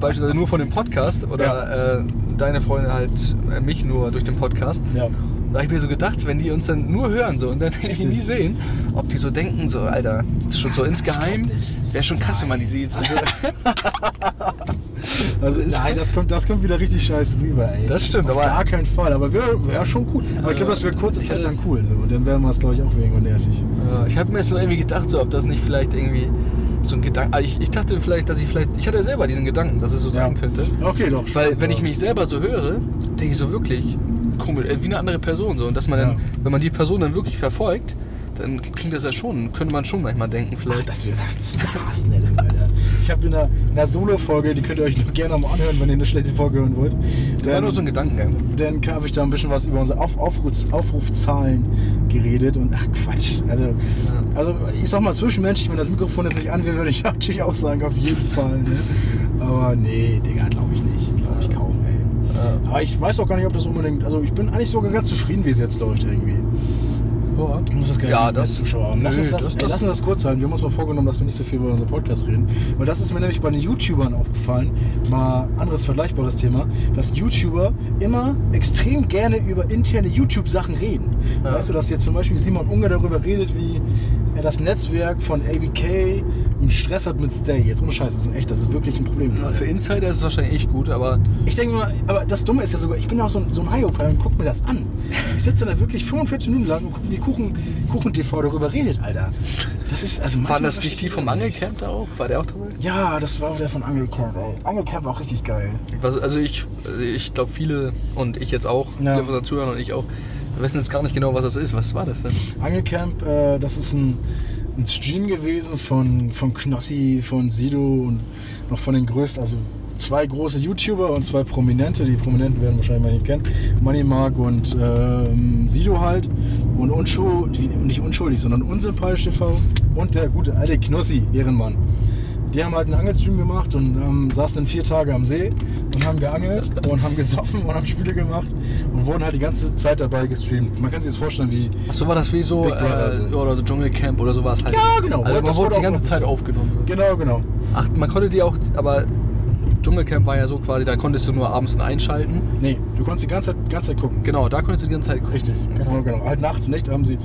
Speaker 3: beispielsweise nur von dem Podcast oder äh, deine Freunde halt äh, mich nur durch den Podcast.
Speaker 2: Ja.
Speaker 3: Da habe ich mir so gedacht, wenn die uns dann nur hören so und dann wenn die
Speaker 2: Richtig.
Speaker 3: nie sehen, ob die so denken, so, Alter, das ist schon so insgeheim, wäre schon krass, wenn man die sieht. Also,
Speaker 2: Also nein, das kommt, das kommt wieder richtig scheiße rüber, ey.
Speaker 3: Das stimmt,
Speaker 2: Auf
Speaker 3: aber-
Speaker 2: gar keinen Fall. Aber wäre wär schon cool. Aber ich glaube, das wäre kurze
Speaker 3: Ich
Speaker 2: Zeit
Speaker 3: hätte-
Speaker 2: lang cool. So. Dann wären wir es, glaube ich, auch irgendwo nervig.
Speaker 3: Ja, Ich habe mir jetzt nur irgendwie gedacht, so, ob das nicht vielleicht irgendwie so ein Gedanke. Ich, ich dachte vielleicht, dass ich vielleicht. Ich hatte ja selber diesen Gedanken, dass es so sein könnte.
Speaker 2: Okay, doch.
Speaker 3: Weil
Speaker 2: stimmt,
Speaker 3: wenn
Speaker 2: ja.
Speaker 3: ich mich selber so höre, denke ich so wirklich komisch, äh, wie eine andere Person so. Und dass man
Speaker 2: Ja.
Speaker 3: dann, wenn man die Person dann wirklich verfolgt, dann klingt das ja schon, könnte man schon manchmal denken
Speaker 2: Ach,
Speaker 3: vielleicht.
Speaker 2: dass wir sagen, Stars nennen, Alter. Ich habe in einer, in einer Solo-Folge, die könnt ihr euch noch gerne mal anhören, wenn ihr eine schlechte Folge hören wollt.
Speaker 3: Das war
Speaker 2: Dann-
Speaker 3: nur so ein Gedankengang.
Speaker 2: dann habe ich da ein bisschen was über unsere Auf Aufruf Aufrufzahlen geredet und ach Quatsch. Also, also ich sag mal zwischenmenschlich, wenn das Mikrofon jetzt nicht an wäre, würde ich natürlich auch sagen, auf jeden Fall. Ne? Aber nee, Digga, glaube ich nicht. Glaube ich kaum, ey.
Speaker 3: Ja.
Speaker 2: Aber ich weiß auch gar nicht, ob das unbedingt. Also ich bin eigentlich sogar ganz zufrieden, wie es jetzt läuft irgendwie. Ich muss das gar nicht
Speaker 3: ja,
Speaker 2: mit
Speaker 3: das
Speaker 2: den Zuschauern haben. Lass
Speaker 3: Nö,
Speaker 2: uns das,
Speaker 3: das,
Speaker 2: ey, lass uns das kurz halten. Wir haben uns mal vorgenommen, dass wir nicht so viel über unseren Podcast reden. Weil das ist mir nämlich bei den YouTubern aufgefallen. Mal anderes vergleichbares Thema, dass YouTuber immer extrem gerne über interne YouTube-Sachen reden.
Speaker 3: Ja.
Speaker 2: Weißt du, dass jetzt zum Beispiel Simon Unger darüber redet, wie er das Netzwerk von ABK einen Stress hat mit Stay. Jetzt ohne Scheiß, das ist echt, das ist wirklich ein Problem.
Speaker 3: Ja, Für Insider ist es wahrscheinlich echt gut, aber
Speaker 2: Ich denke mal, aber das Dumme ist ja sogar, ich bin ja auch so ein, so ein High-Oper und guck mir das an. Ich sitze da wirklich 45 Minuten lang und gucke, wie Kuchen, Kuchen TV darüber redet, Alter. Das ist also manchmal
Speaker 3: waren das nicht die vom Angelcamp da auch? War der auch dabei?
Speaker 2: Ja, das war der von Angelcamp, ey. Angelcamp war auch richtig geil.
Speaker 3: Was, also ich, also ich glaube viele und ich jetzt auch,
Speaker 2: Ja.
Speaker 3: viele von unseren Zuhörern und ich auch, wir wissen jetzt gar nicht genau, was das ist. Was war das denn?
Speaker 2: Angelcamp, äh, das ist ein, ein Stream gewesen von, von Knossi, von Sido und noch von den größten, also zwei große YouTuber und zwei Prominente. Die Prominenten werden wahrscheinlich mal nicht kennen. Money Mark und ähm, Sido halt. Und unschuldig, nicht unschuldig, sondern unsympathisch TV. Und der gute alte Knossi, Ehrenmann. Die haben halt einen Angelstream gemacht und ähm, saßen dann vier Tage am See und haben geangelt und haben gesoffen und haben Spiele gemacht und wurden halt die ganze Zeit dabei gestreamt. Man kann sich das vorstellen, wie,
Speaker 3: Ach so war das wie so,
Speaker 2: Big Brother,
Speaker 3: äh,
Speaker 2: so.
Speaker 3: oder so Dschungelcamp oder sowas halt.
Speaker 2: Ja, genau.
Speaker 3: Also man
Speaker 2: Das
Speaker 3: wurde
Speaker 2: wurde
Speaker 3: die
Speaker 2: auch
Speaker 3: ganze Zeit
Speaker 2: aufgezogen.
Speaker 3: aufgenommen.
Speaker 2: Genau, genau.
Speaker 3: Ach, man konnte die auch, aber Dschungelcamp war ja so quasi, da konntest du nur abends und einschalten.
Speaker 2: Nee, du konntest die ganze Zeit, ganze Zeit gucken.
Speaker 3: Genau, da konntest du die ganze Zeit gucken.
Speaker 2: Richtig, genau, genau. Halt nachts nicht, haben sie,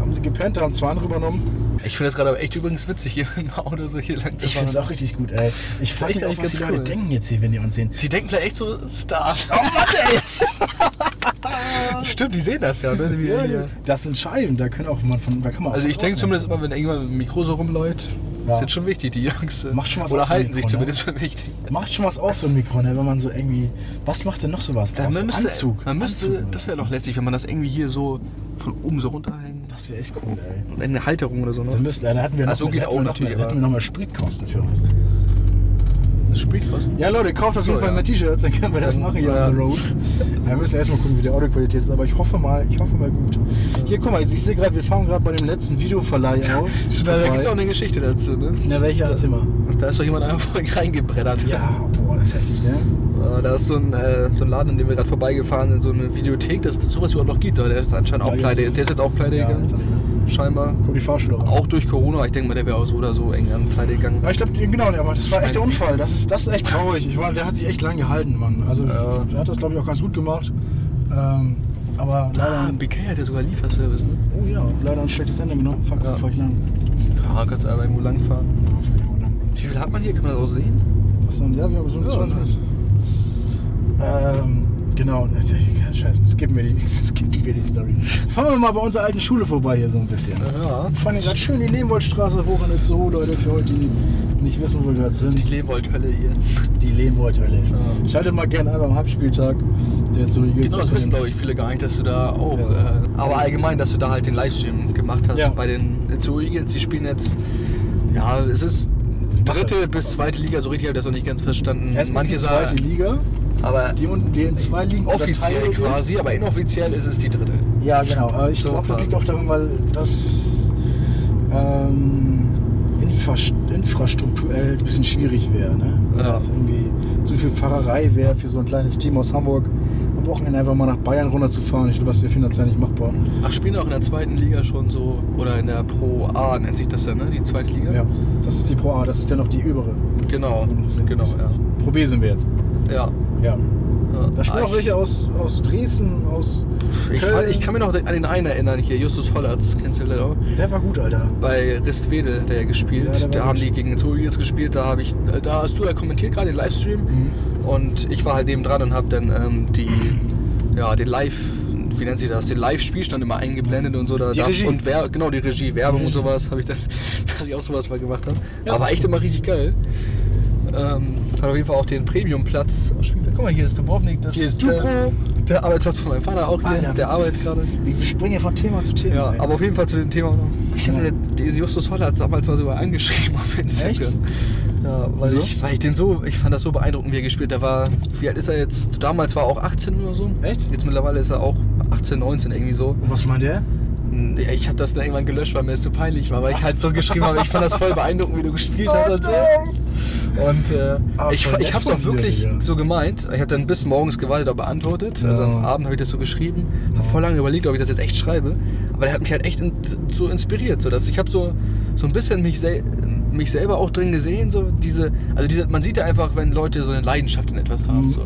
Speaker 2: haben sie gepennt, haben zwei andere übernommen.
Speaker 3: Ich finde das gerade aber echt übrigens witzig, hier mit dem Auto so hier lang zu
Speaker 2: Ich
Speaker 3: fahren.
Speaker 2: find's auch richtig gut, ey. Ich frag
Speaker 3: echt
Speaker 2: mich auch,
Speaker 3: eigentlich
Speaker 2: was die
Speaker 3: ganz
Speaker 2: Leute
Speaker 3: cool.
Speaker 2: denken jetzt hier, wenn die uns sehen.
Speaker 3: Die denken vielleicht echt so Stars. Oh Mann, ey! Stimmt, die sehen das ja, ne? Wie-
Speaker 2: Ja,
Speaker 3: wie-
Speaker 2: die- Das sind Scheiben, da können auch man von, da kann man auch
Speaker 3: Also ich
Speaker 2: was
Speaker 3: denke
Speaker 2: rausnehmen.
Speaker 3: zumindest immer, wenn irgendwann mit dem Mikro so rumläuft,
Speaker 2: Ja.
Speaker 3: sind schon wichtig, die Jungs.
Speaker 2: Macht schon was
Speaker 3: Oder
Speaker 2: aus dem
Speaker 3: halten
Speaker 2: Mikro,
Speaker 3: sich
Speaker 2: ne?
Speaker 3: zumindest für wichtig.
Speaker 2: Macht schon was aus, so ein Mikro, ne? wenn man so irgendwie. Was macht denn noch sowas?
Speaker 3: Ja,
Speaker 2: aus?
Speaker 3: man müsste,
Speaker 2: Anzug.
Speaker 3: Man müsste
Speaker 2: Anzug oder
Speaker 3: das
Speaker 2: so.
Speaker 3: wäre doch lässig, wenn man das irgendwie hier so von oben so runterhängt.
Speaker 2: Das wäre echt cool, ey.
Speaker 3: Und eine Halterung oder so.
Speaker 2: Dann
Speaker 3: Ne?
Speaker 2: müssten, da hatten wir
Speaker 3: Ach,
Speaker 2: noch,
Speaker 3: so geht
Speaker 2: da
Speaker 3: auch
Speaker 2: hätten wir noch,
Speaker 3: natürlich,
Speaker 2: da hätten
Speaker 3: aber-
Speaker 2: wir noch mal Spritkosten für uns.
Speaker 3: Spritkosten.
Speaker 2: Ja, Leute, kauft auf
Speaker 3: So,
Speaker 2: jeden Fall
Speaker 3: ja.
Speaker 2: mehr T-Shirts, dann können wir das
Speaker 3: Dann, ähm,
Speaker 2: machen hier
Speaker 3: ja.
Speaker 2: on the road. Wir müssen erstmal gucken, wie die Audioqualität ist, aber ich hoffe mal, ich hoffe mal gut. Hier, guck mal, ich sehe gerade, wir fahren gerade bei dem letzten Videoverleih auf.
Speaker 3: Da, da gibt es auch
Speaker 2: auch
Speaker 3: eine Geschichte dazu, ne?
Speaker 2: Na, welche als immer?
Speaker 3: Und da ist doch jemand einfach reingebreddert.
Speaker 2: Ja, boah, das ist heftig, ne?
Speaker 3: Äh, Da ist so ein, äh, so ein Laden, in dem wir gerade vorbeigefahren sind, so eine Videothek, dass es sowas überhaupt noch gibt. aber Der ist anscheinend
Speaker 2: Ja,
Speaker 3: auch
Speaker 2: jetzt-
Speaker 3: pleite. Der ist jetzt auch pleite
Speaker 2: Ja, jetzt auch
Speaker 3: gegangen. Scheinbar.
Speaker 2: Guck die Fahrschule raus.
Speaker 3: Auch durch Corona, ich denke mal, der wäre auch so oder so irgendwann pleite gegangen.
Speaker 2: Ja, ich glaube, genau, aber das war echt der
Speaker 3: meine-
Speaker 2: Unfall. Das ist, das ist echt traurig. Ich war, der hat sich echt lang gehalten, Mann. Also,
Speaker 3: Ja.
Speaker 2: der hat das, glaube ich, auch ganz gut gemacht. Ähm, aber leider,
Speaker 3: Ah, BK hat ja sogar Lieferservice, ne?
Speaker 2: oh ja, leider ein schlechtes Ende genommen. Fuck,
Speaker 3: Ja.
Speaker 2: fahr ich lang.
Speaker 3: Ja, kannst einfach irgendwo langfahren.
Speaker 2: Ja, fahr ich auch lang.
Speaker 3: Wie viel hat man hier? Kann man das auch sehen?
Speaker 2: Was denn? Ja, wir haben so ein
Speaker 3: Ja,
Speaker 2: 20.
Speaker 3: nice.
Speaker 2: Ähm, genau. Scheiße, skippen wir die, skippen wir die Story. Fahren wir mal bei unserer alten Schule vorbei hier so ein bisschen.
Speaker 3: Ja.
Speaker 2: Fahren hier gerade schön die Lehmwoldstraße hoch in Itzehoe, Leute, für heute, die nicht wissen, wo wir gerade
Speaker 3: Die
Speaker 2: sind.
Speaker 3: Lehmwoldhölle hier.
Speaker 2: Die Lehmwoldhölle.
Speaker 3: Ja.
Speaker 2: Schaltet mal gerne ein beim Heimspieltag. Der so hier
Speaker 3: Genau, das wissen glaube ich viele gar nicht, dass du da auch.
Speaker 2: Ja.
Speaker 3: Äh, aber allgemein, dass du da halt den Livestream gemacht hast
Speaker 2: Ja.
Speaker 3: bei den Zoo Eagles. Die spielen jetzt, ja, es ist dritte bis zweite Liga, so richtig habe ich das noch nicht ganz verstanden.
Speaker 2: Es ist die zweite Liga,
Speaker 3: aber
Speaker 2: die, unten- die in zwei Ligen
Speaker 3: offiziell
Speaker 2: unterteilt ist.
Speaker 3: quasi, aber inoffiziell ist es die dritte.
Speaker 2: Ja, genau. Aber ich
Speaker 3: So
Speaker 2: glaube, das
Speaker 3: quasi.
Speaker 2: liegt auch daran, weil das ähm, Infras- infrastrukturell ein bisschen schwierig wäre. Ne? Weil
Speaker 3: Ja.
Speaker 2: Das irgendwie zu viel Fahrerei wäre für so ein kleines Team aus Hamburg. Am Wochenende einfach mal nach Bayern runterzufahren. Ich glaube, das wäre finanziell nicht machbar.
Speaker 3: Ach, spielen auch in der zweiten Liga schon so, oder in der Pro A nennt sich das ja, ne? Die zweite Liga?
Speaker 2: Ja. Das ist die Pro A, das ist ja noch die übere.
Speaker 3: Genau, genau, ja.
Speaker 2: Pro B sind wir jetzt.
Speaker 3: Ja,
Speaker 2: Ja.
Speaker 3: Ja.
Speaker 2: Da spielen
Speaker 3: Ah,
Speaker 2: auch
Speaker 3: ich-
Speaker 2: welche aus, aus Dresden, aus
Speaker 3: Ich,
Speaker 2: Köln.
Speaker 3: fand, ich kann mich noch an den einen erinnern hier, Justus Hollatz, kennst du vielleicht auch?
Speaker 2: der war gut, Alter.
Speaker 3: Bei Ristwedel hat er ja
Speaker 2: Ja,
Speaker 3: gespielt.
Speaker 2: der war
Speaker 3: da haben
Speaker 2: gut.
Speaker 3: die gegen Two Eagles gespielt. Da habe ich, da hast du ja kommentiert gerade den Livestream
Speaker 2: Mhm.
Speaker 3: und ich war halt neben dran und habe dann ähm, die, ja, den Live, wie nennt sich das, den Live-Spielstand immer eingeblendet und so. Da,
Speaker 2: Die
Speaker 3: da,
Speaker 2: Regie.
Speaker 3: Und wer, genau die Regie, Werbung
Speaker 2: Regie.
Speaker 3: und sowas habe ich dann, dass ich auch sowas mal gemacht habe.
Speaker 2: Ja.
Speaker 3: Aber echt immer richtig geil. Ähm, hat auf jeden Fall auch den Premium-Platz. auf Spielfeld. Guck mal, hier ist Dubrovnik. Das
Speaker 2: Hier ist
Speaker 3: der,
Speaker 2: Dubro.
Speaker 3: der Arbeitsplatz von meinem Vater auch hier. der
Speaker 2: das
Speaker 3: arbeitet
Speaker 2: ist-
Speaker 3: gerade.
Speaker 2: Wir wir springen ja von Thema zu Thema.
Speaker 3: Ja,
Speaker 2: ey.
Speaker 3: aber auf jeden Fall zu dem Thema. Ich hatte diesen Justus Holler damals mal sogar angeschrieben auf Instagram.
Speaker 2: Echt?
Speaker 3: Ja, weil
Speaker 2: Wieso?
Speaker 3: ich, weil ich den so, ich fand das so beeindruckend, wie er gespielt hat. Der war, wie alt ist er jetzt? Damals war er auch 18 oder so.
Speaker 2: Echt?
Speaker 3: Jetzt mittlerweile ist er auch 18, 19 irgendwie so.
Speaker 2: Und was meint der?
Speaker 3: Hm, ja, Ich habe das dann irgendwann gelöscht, weil mir das zu peinlich war, weil ich halt so geschrieben habe, ich fand das voll beeindruckend, wie du gespielt
Speaker 2: Oh
Speaker 3: hast und so. Und äh,
Speaker 2: Aber
Speaker 3: ich,
Speaker 2: Ah, voll nett
Speaker 3: ich habe es auch
Speaker 2: von dir,
Speaker 3: wirklich
Speaker 2: Digga.
Speaker 3: so gemeint. Ich habe dann bis morgens gewartet, ob er antwortet. Also
Speaker 2: Ja.
Speaker 3: am Abend habe ich das so geschrieben. Habe voll lange überlegt, ob ich das jetzt echt schreibe. Aber der hat mich halt echt in, so inspiriert. So, dass ich habe so, so ein bisschen mich, sel mich selber auch drin gesehen. So diese, also diese, man sieht ja einfach, wenn Leute so eine Leidenschaft in etwas haben.
Speaker 2: Mhm.
Speaker 3: So.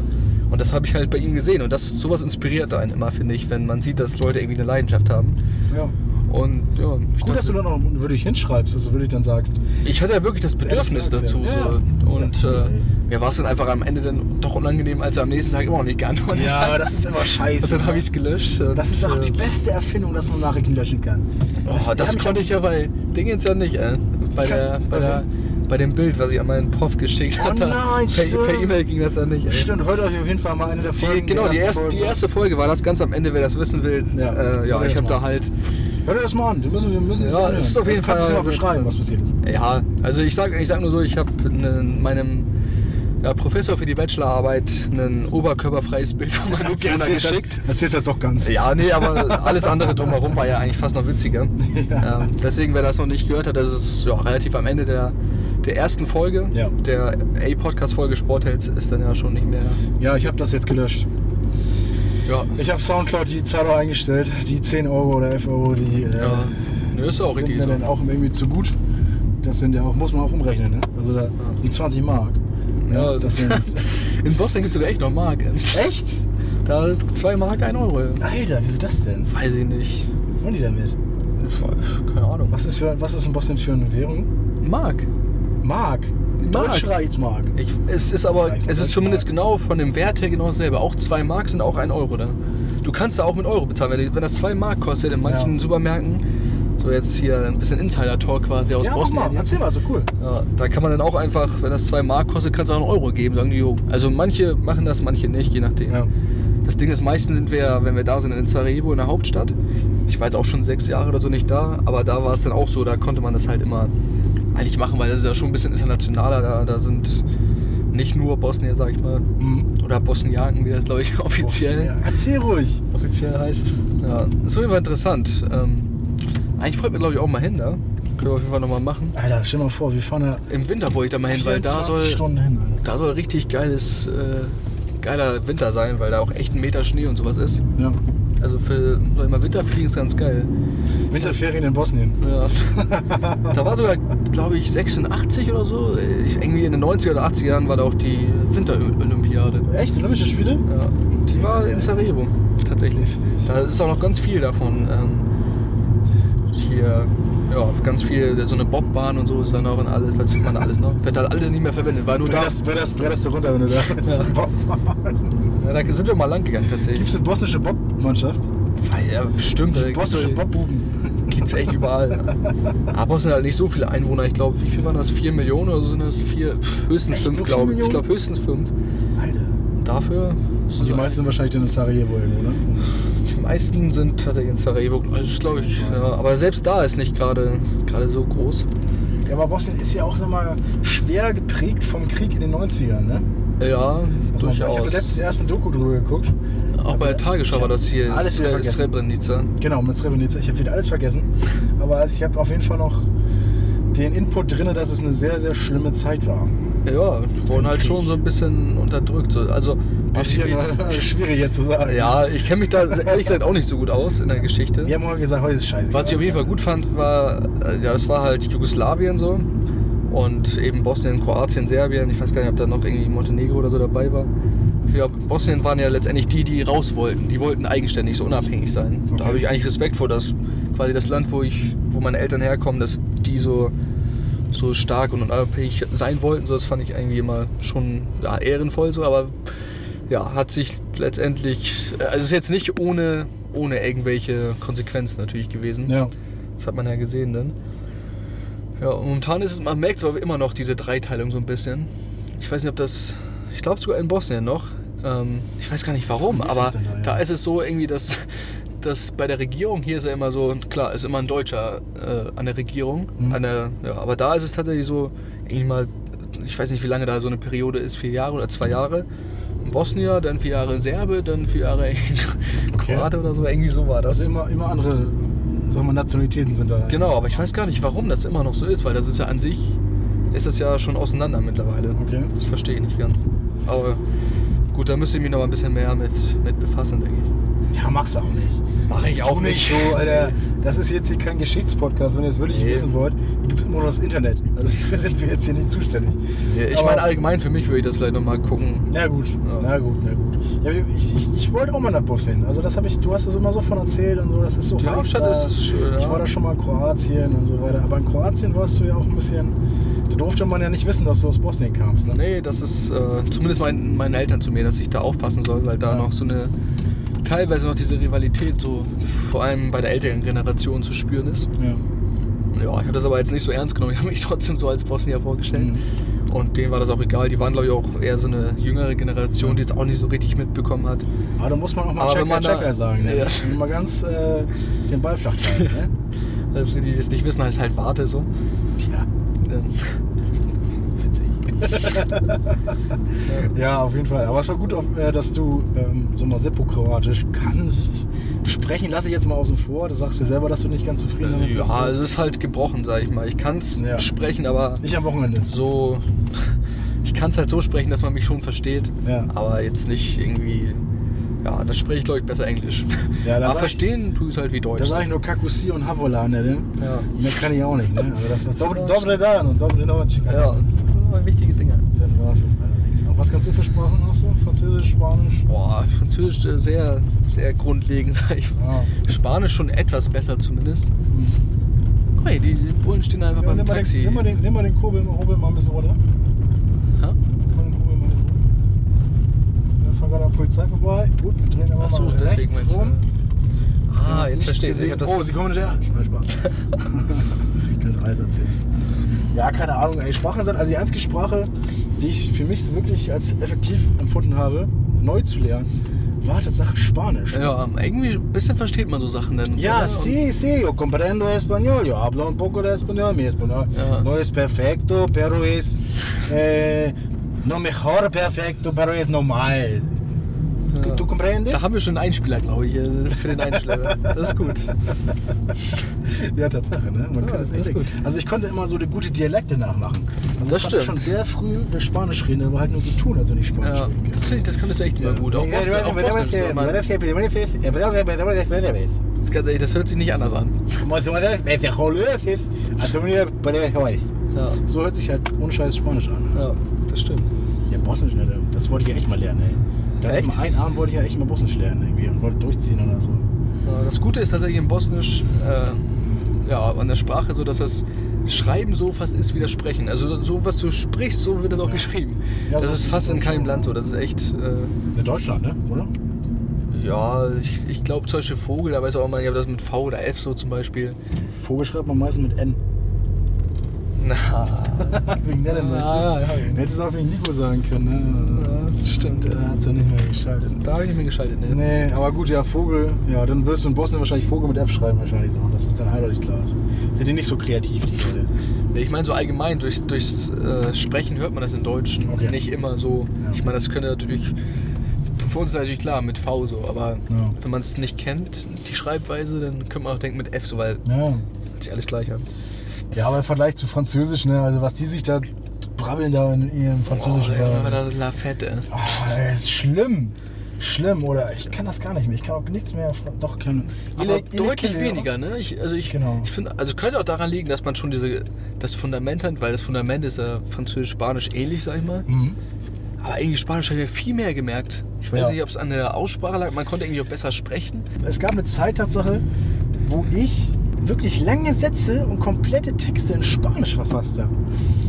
Speaker 3: Und das habe ich halt bei ihm gesehen. Und das sowas inspiriert einen immer, finde ich, wenn man sieht, dass Leute irgendwie eine Leidenschaft haben.
Speaker 2: Ja.
Speaker 3: Und ja, ich
Speaker 2: Gut, dass du dann auch würdig hinschreibst, also würde ich dann sagst.
Speaker 3: ich hatte ja wirklich das Bedürfnis
Speaker 2: das sagst
Speaker 3: dazu.
Speaker 2: du ja. Ja,
Speaker 3: So. Und
Speaker 2: Ja.
Speaker 3: äh, mir war es dann einfach am Ende dann doch unangenehm, als er am nächsten Tag immer noch nicht geantwortet hat.
Speaker 2: aber das ist immer scheiße.
Speaker 3: Und dann habe ich es gelöscht. und,
Speaker 2: das ist auch die
Speaker 3: äh,
Speaker 2: beste Erfindung, dass man Nachrichten löschen kann.
Speaker 3: oh, Das konnte ich ja bei Dingens ja nicht, äh, bei,
Speaker 2: Kann-
Speaker 3: der, bei, der, bei dem Bild, was ich an meinen Prof geschickt
Speaker 2: Oh
Speaker 3: hatte.
Speaker 2: nein,
Speaker 3: per
Speaker 2: stimmt.
Speaker 3: per E-Mail ging das ja nicht. Ey.
Speaker 2: Stimmt, heute habe ich auf jeden Fall mal eine der
Speaker 3: Die,
Speaker 2: Folgen.
Speaker 3: genau, die
Speaker 2: ersten
Speaker 3: erste, die
Speaker 2: Folgen.
Speaker 3: erste Folge war das ganz am Ende, wer das wissen will.
Speaker 2: Ja.
Speaker 3: äh, ja
Speaker 2: Oder
Speaker 3: ich habe
Speaker 2: erstmal.
Speaker 3: da halt
Speaker 2: Hör dir das mal an, wir müssen, wir müssen
Speaker 3: Ja, es ist auf jeden Fall
Speaker 2: Kannst du mal
Speaker 3: sehr
Speaker 2: beschreiben, was passiert ist?
Speaker 3: Ja, also ich sag, ich sag nur so, ich habe meinem ja, Professor für die Bachelorarbeit ein oberkörperfreies Bild von meinem Hüpfner geschickt.
Speaker 2: Erzähl's halt doch ganz.
Speaker 3: Ja, nee, aber alles andere drumherum war ja eigentlich fast noch witziger.
Speaker 2: Ja.
Speaker 3: Ähm, deswegen, wer das noch nicht gehört hat, das ist ja, relativ am Ende der, der ersten Folge.
Speaker 2: Ja.
Speaker 3: Der A-Podcast-Folge Sporthelds ist dann ja schon nicht mehr.
Speaker 2: Ja, ich habe das jetzt gelöscht.
Speaker 3: Ja.
Speaker 2: Ich habe Soundcloud die Zahlung eingestellt, die 10 Euro oder 11 Euro, die äh,
Speaker 3: ja. Nö, ist auch
Speaker 2: sind
Speaker 3: richtig
Speaker 2: mir
Speaker 3: so.
Speaker 2: dann auch irgendwie zu gut. Das sind ja auch, muss man auch umrechnen, ne? Also da sind 20 Mark.
Speaker 3: Ja,
Speaker 2: das
Speaker 3: das
Speaker 2: sind,
Speaker 3: in Boston gibt es sogar echt noch Mark.
Speaker 2: echt?
Speaker 3: Da ist 2 Mark 1 Euro.
Speaker 2: Alter, wieso das denn?
Speaker 3: Weiß ich nicht.
Speaker 2: Was wollen die damit?
Speaker 3: Keine Ahnung.
Speaker 2: Was ist, für, was ist in Bosnien für eine Währung?
Speaker 3: Mark.
Speaker 2: Mark.
Speaker 3: Mark.
Speaker 2: Deutschreichsmark.
Speaker 3: Ich, es ist aber,
Speaker 2: Ja, ich
Speaker 3: es
Speaker 2: weiß
Speaker 3: ist zumindest
Speaker 2: Mark.
Speaker 3: genau von dem Wert her genau dasselbe. Auch 2 Mark sind auch 1 Euro da. Du kannst da auch mit Euro bezahlen. Wenn, die- wenn das 2 Mark kostet in manchen
Speaker 2: Ja.
Speaker 3: Supermärkten, so jetzt hier ein bisschen Insider-Talk quasi aus
Speaker 2: Ja, mach
Speaker 3: Bosnien.
Speaker 2: mal, erzähl mal, so cool.
Speaker 3: Ja, da kann man dann auch einfach, wenn das 2 Mark kostet, kannst du auch einen Euro geben. Sagen die, jo. Also manche machen das, manche nicht, je nachdem.
Speaker 2: Ja.
Speaker 3: Das Ding ist, meistens sind wir, wenn wir da sind, in Sarajevo, in der Hauptstadt. Ich war jetzt auch schon sechs Jahre oder so nicht da, aber da war es dann auch so, da konnte man das halt immer eigentlich machen, weil das ist ja schon ein bisschen internationaler. Da, da sind nicht nur Bosnier, sag ich mal,
Speaker 2: Mhm.
Speaker 3: oder Bosniaken, wie das glaube ich offiziell,
Speaker 2: Ja, erzähl ruhig.
Speaker 3: offiziell heißt. Ja, das ist auf jeden Fall interessant. Ähm, eigentlich freut mich, glaube ich, auch mal hin, ne? Können wir auf jeden Fall nochmal machen.
Speaker 2: Alter, stell mal vor, wir fahren da
Speaker 3: Im Winter wollte ich da mal hin, weil da
Speaker 2: 24
Speaker 3: soll,
Speaker 2: Stunden hin, Alter.
Speaker 3: da soll richtig geiles, äh, geiler Winter sein, weil da auch echt ein Meter Schnee und sowas ist.
Speaker 2: Ja.
Speaker 3: Also für sag ich mal, Winterfliegen ist ganz geil.
Speaker 2: Winterferien in Bosnien.
Speaker 3: Ja. da war sogar, glaube ich, 86 oder so. Ich, irgendwie in den 90er oder 80er Jahren war da auch die Winterolympiade.
Speaker 2: Echt? Olympische Spiele?
Speaker 3: Ja. Die war in Sarajevo, tatsächlich.
Speaker 2: Heftig.
Speaker 3: Da ist auch noch ganz viel davon. Ähm, hier, ja, ganz viel, so eine Bobbahn und so ist dann auch in alles, das sieht man alles noch. Wird halt alles nicht mehr verwendet, weil nur da,
Speaker 2: Bretterst, bretterst, bretterst du runter, wenn du da bist.
Speaker 3: Ja.
Speaker 2: Bob.
Speaker 3: ja, da sind wir mal lang gegangen tatsächlich.
Speaker 2: Gibt's eine bosnische Bob-Mannschaft?
Speaker 3: Ja, bestimmt.
Speaker 2: Äh,
Speaker 3: da gibt's-
Speaker 2: Bosnische Bob-Buben.
Speaker 3: Gibt's echt überall. ja. Aber es sind halt nicht so viele Einwohner. Ich glaube, wie viel waren das? Vier Millionen oder so sind das? Vier, pf, höchstens
Speaker 2: Echt?
Speaker 3: fünf,
Speaker 2: Nur vier
Speaker 3: glaube ich. Ich
Speaker 2: Millionen?
Speaker 3: glaube, höchstens fünf.
Speaker 2: Alter.
Speaker 3: Und dafür
Speaker 2: Und
Speaker 3: sind halt
Speaker 2: die meisten sind wahrscheinlich dann in Sarajevo irgendwo, ne?
Speaker 3: die meisten sind tatsächlich in Sarajevo.
Speaker 2: Also,
Speaker 3: Das ist, glaube ich. Ja. Aber selbst da ist nicht gerade gerade so groß.
Speaker 2: Ja, aber Bosnien ist ja auch, sag mal, schwer geprägt vom Krieg in den 90ern, ne?
Speaker 3: Ja,
Speaker 2: Muss man sagen. Ich habe letztens
Speaker 3: durchaus.
Speaker 2: erst ein Doku drüber geguckt.
Speaker 3: Auch bei der
Speaker 2: ich
Speaker 3: Tagesschau
Speaker 2: hab
Speaker 3: war das hier
Speaker 2: alles wieder
Speaker 3: Sre-
Speaker 2: vergessen.
Speaker 3: Srebrenica.
Speaker 2: Genau, mit Srebrenica. Ich habe wieder alles vergessen. Aber ich habe auf jeden Fall noch den Input drin, dass es eine sehr, sehr schlimme Zeit war.
Speaker 3: Ja, wurden halt schon so ein bisschen unterdrückt. so. Also
Speaker 2: Bisschen äh, schwierig jetzt zu sagen.
Speaker 3: Ja, ich kenne mich da ehrlich gesagt auch nicht so gut aus in der Geschichte.
Speaker 2: Wir haben heute gesagt, heute ist scheiße.
Speaker 3: Was ich auf jeden Fall gut fand, war, äh, ja, es war halt Jugoslawien so und eben Bosnien, Kroatien, Serbien. Ich weiß gar nicht, ob da noch irgendwie Montenegro oder so dabei war. Auf ja, Bosnien waren ja letztendlich die, die raus wollten. Die wollten eigenständig, so unabhängig sein.
Speaker 2: Okay.
Speaker 3: Da habe ich eigentlich Respekt vor, dass quasi das Land, wo ich, wo meine Eltern herkommen, dass die so, so stark und unabhängig sein wollten. So, das fand ich irgendwie immer schon ja, ehrenvoll so, aber ja, hat sich letztendlich, also es ist jetzt nicht ohne, ohne irgendwelche Konsequenzen natürlich gewesen.
Speaker 2: Ja.
Speaker 3: Das hat man ja gesehen dann. Ja, und momentan ist es, man merkt es aber immer noch, diese Dreiteilung so ein bisschen. Ich weiß nicht, ob das, ich glaube sogar in Bosnien noch. Ähm, ich weiß gar nicht warum,
Speaker 2: Wie ist
Speaker 3: aber
Speaker 2: es denn da, ja?
Speaker 3: da ist es so irgendwie, dass, dass bei der Regierung hier ist ja immer so, klar, ist immer ein Deutscher äh, an der Regierung.
Speaker 2: Mhm.
Speaker 3: An der, ja, aber da ist es tatsächlich so, irgendwie mal, ich weiß nicht, wie lange da so eine Periode ist, vier Jahre oder zwei Jahre. Ein Bosnier, dann vier Jahre Serbe, dann vier Jahre Kroate oder so, irgendwie so war das.
Speaker 2: Also immer, immer andere sagen wir, mal, Nationalitäten sind da.
Speaker 3: Genau, aber ich weiß gar nicht, warum das immer noch so ist, weil das ist ja an sich, ist das ja schon auseinander mittlerweile.
Speaker 2: Okay.
Speaker 3: Das verstehe ich nicht ganz. Aber gut, da müsste ich mich noch mal ein bisschen mehr mit, mit befassen, denke ich.
Speaker 2: Ja, mach's auch nicht.
Speaker 3: Mache ich
Speaker 2: Tu so, Alter. Das ist jetzt hier kein Geschichtspodcast. Wenn ihr es wirklich
Speaker 3: Nee.
Speaker 2: wissen wollt, hier gibt es immer noch das Internet. Also dafür sind wir jetzt hier nicht zuständig.
Speaker 3: ich
Speaker 2: Aber-
Speaker 3: meine, allgemein für mich würde ich das vielleicht noch mal gucken.
Speaker 2: Na gut, na gut, na gut. Ja, ich ich, ich wollte auch mal nach Bosnien. Also das habe ich, du hast das immer so von erzählt und so. Das ist so
Speaker 3: Die
Speaker 2: heiß
Speaker 3: Hauptstadt
Speaker 2: da.
Speaker 3: ist schön, ja.
Speaker 2: Ich war da schon mal in Kroatien und so weiter. Aber in Kroatien warst du ja auch ein bisschen. Da durfte man ja nicht wissen, dass du aus Bosnien kamst. Ne?
Speaker 3: Nee, das ist äh, zumindest mein, meinen Eltern zu mir, dass ich da aufpassen soll, weil da
Speaker 2: Ja.
Speaker 3: noch so eine, teilweise noch diese Rivalität so vor allem bei der älteren Generation zu spüren ist.
Speaker 2: Ja.
Speaker 3: Ja, ich habe das aber jetzt nicht so ernst genommen. Ich habe mich trotzdem so als Bosnier vorgestellt.
Speaker 2: Mhm.
Speaker 3: Und denen war das auch egal. Die waren, glaube ich, auch eher so eine jüngere Generation, die es auch nicht so richtig mitbekommen hat.
Speaker 2: Aber da muss man auch mal
Speaker 3: Aber wenn
Speaker 2: Checker,
Speaker 3: man da-
Speaker 2: Checker sagen. Ne?
Speaker 3: Ja.
Speaker 2: Mal ganz äh, den Ball flach halten. Ne?
Speaker 3: Also Für die, die das nicht wissen, heißt halt Warte so.
Speaker 2: Tja.
Speaker 3: Ähm, Witzig.
Speaker 2: Ja, auf jeden Fall. Aber es war gut, auf- äh, dass du ähm, so mal Seppo-Kroatisch kannst. Sprechen lasse ich jetzt mal außen vor. Da sagst du selber, dass du nicht ganz zufrieden damit
Speaker 3: Ja,
Speaker 2: bist.
Speaker 3: also es ist halt gebrochen, sag ich mal. Ich kann es
Speaker 2: Ja.
Speaker 3: sprechen, aber
Speaker 2: Nicht am Wochenende.
Speaker 3: so. Ich kann es halt so sprechen, dass man mich schon versteht.
Speaker 2: Ja.
Speaker 3: Aber jetzt nicht irgendwie. Ja, das spreche ich, glaube ich, besser Englisch.
Speaker 2: Ja,
Speaker 3: aber
Speaker 2: da sag ich-
Speaker 3: verstehen tue ich es halt wie Deutsch.
Speaker 2: Da sage ich nur Kakusi und Havola, ne?
Speaker 3: Ja.
Speaker 2: Mehr kann ich auch nicht, ne? Also das war's. Dobre,
Speaker 3: Deutsch.
Speaker 2: dobre Dan und Dobre Noc.
Speaker 3: ja, das sind immer wichtige Dinge.
Speaker 2: Dann war's das allerdings. Auch was kannst du für Sprachen noch so? Französisch, Spanisch?
Speaker 3: Boah, Französisch äh, sehr, sehr grundlegend, sag ich mal.
Speaker 2: Ah.
Speaker 3: Spanisch schon etwas besser zumindest. Guck mal, hier, die die Bullen stehen einfach
Speaker 2: Ja,
Speaker 3: beim
Speaker 2: nimm, mal
Speaker 3: Taxi.
Speaker 2: den, nimm, mal den, nimm mal den Kurbel, mal- hobel mal ein bisschen runter.
Speaker 3: Ha?
Speaker 2: Nimm mal den Kurbel mal ein bisschen runter. Wir fahren gerade an der Polizei vorbei. Gut, wir drehen aber
Speaker 3: Ach so,
Speaker 2: mal
Speaker 3: deswegen
Speaker 2: rechts
Speaker 3: meinst du.
Speaker 2: rum.
Speaker 3: äh,
Speaker 2: Sie haben
Speaker 3: Ah,
Speaker 2: es
Speaker 3: jetzt
Speaker 2: nicht
Speaker 3: verstehe ich. Ich
Speaker 2: gesehen.
Speaker 3: hab das,
Speaker 2: Oh, sie kommen hinterher. Nein, Spaß. ich kann alles erzählen. Ja, keine Ahnung. Ey, Sprachen sind also die einzige Sprache, die ich für mich wirklich als effektiv empfunden habe, neu zu lernen, war tatsächlich Spanisch.
Speaker 3: ja, irgendwie ein bisschen versteht man so Sachen dann. und so,
Speaker 2: Ja,
Speaker 3: ne?
Speaker 2: sí, sí, yo comprendo español, yo hablo un poco de español, mi español
Speaker 3: Ja.
Speaker 2: no es perfecto, pero es eh, no mejor perfecto, pero es normal.
Speaker 3: Und,
Speaker 2: Du comprendes?
Speaker 3: Da haben wir schon einen Einspieler, glaube ich, äh, für den Einspieler. Das ist gut.
Speaker 2: Ja, Tatsache, ne? Man
Speaker 3: Ja,
Speaker 2: kann das
Speaker 3: das ist
Speaker 2: echt.
Speaker 3: gut.
Speaker 2: Also ich konnte immer so die gute Dialekte nachmachen. Also
Speaker 3: Das
Speaker 2: ich konnte
Speaker 3: stimmt.
Speaker 2: schon sehr früh Spanisch reden, aber halt nur so tun, als wenn ich Spanisch
Speaker 3: Ja,
Speaker 2: reden
Speaker 3: das, finde ich, das könntest du echt mal gut. Auch Bosnien, auch Bosnien, so, man, ganz ehrlich, das hört sich nicht anders an.
Speaker 2: Also
Speaker 3: Ja,
Speaker 2: So hört sich halt ohne Scheiß Spanisch an.
Speaker 3: ja das stimmt.
Speaker 2: Ja, Bosnisch, ne? Das wollte ich ja echt mal lernen, ey. Da
Speaker 3: Ja,
Speaker 2: echt?
Speaker 3: echt?
Speaker 2: Mal einen Abend wollte ich ja echt mal Bosnisch lernen irgendwie und wollte durchziehen oder so.
Speaker 3: Ja, Äh, Das Gute ist tatsächlich im Bosnisch äh, ja, an der Sprache so, dass das Schreiben so fast ist wie das Sprechen. Also so, was du sprichst, so wird das auch geschrieben.
Speaker 2: Ja,
Speaker 3: das
Speaker 2: so
Speaker 3: ist
Speaker 2: ist
Speaker 3: fast
Speaker 2: es
Speaker 3: in keinem
Speaker 2: schon.
Speaker 3: Land so. Das ist echt, äh,
Speaker 2: In Deutschland, ne? Oder?
Speaker 3: ja, ich, ich glaube zum Beispiel Vogel, da weiß auch man, ich habe das mit V oder F so zum Beispiel.
Speaker 2: Vogel schreibt man meistens mit N.
Speaker 3: Na,
Speaker 2: Wegen der denn, weißt du?
Speaker 3: Ah, ja, ja.
Speaker 2: Hättest du auch wegen Nico sagen können, ne?
Speaker 3: ja, das stimmt.
Speaker 2: Da
Speaker 3: Ja.
Speaker 2: hat's ja nicht mehr geschaltet.
Speaker 3: Da habe ich nicht mehr geschaltet. Ne?
Speaker 2: Nee, aber gut, ja, Vogel. Ja, dann wirst du in Bosnien wahrscheinlich Vogel mit F schreiben, wahrscheinlich so. Das ist dann eindeutig klar. Sind die nicht so kreativ, die Leute?
Speaker 3: Nee, Ich meine so allgemein, durch, durchs äh, Sprechen hört man das in Deutschen
Speaker 2: Okay.
Speaker 3: nicht immer so.
Speaker 2: Ja.
Speaker 3: Ich meine, das könnte natürlich, für uns ist natürlich klar, mit V so, aber
Speaker 2: Ja.
Speaker 3: wenn man es nicht kennt, die Schreibweise, dann könnte man auch denken mit F so, weil
Speaker 2: Ja.
Speaker 3: hört sich alles gleich an.
Speaker 2: Ja, aber im Vergleich zu Französisch, ne? Also, was die sich da brabbeln da in ihrem Französischen.
Speaker 3: Boah,
Speaker 2: da-
Speaker 3: aber das ist La Fette.
Speaker 2: Oh, ey, ist schlimm. Schlimm, oder? Ich kann das gar nicht mehr. Ich kann auch nichts mehr. Doch, kann.
Speaker 3: Aber deutlich weniger, ne? Ich, also ich,
Speaker 2: Genau.
Speaker 3: ich finde, also könnte auch daran liegen, dass man schon diese, das Fundament hat, weil das Fundament ist ja französisch-spanisch ähnlich, sag ich mal.
Speaker 2: Mhm.
Speaker 3: Aber irgendwie Spanisch habe ich ja viel mehr gemerkt. Ich weiß
Speaker 2: Ja.
Speaker 3: nicht, ob es an der Aussprache lag. Man konnte irgendwie auch besser sprechen.
Speaker 2: Es gab eine Zeit, Tatsache, wo ich wirklich lange Sätze und komplette Texte in Spanisch verfasst habe.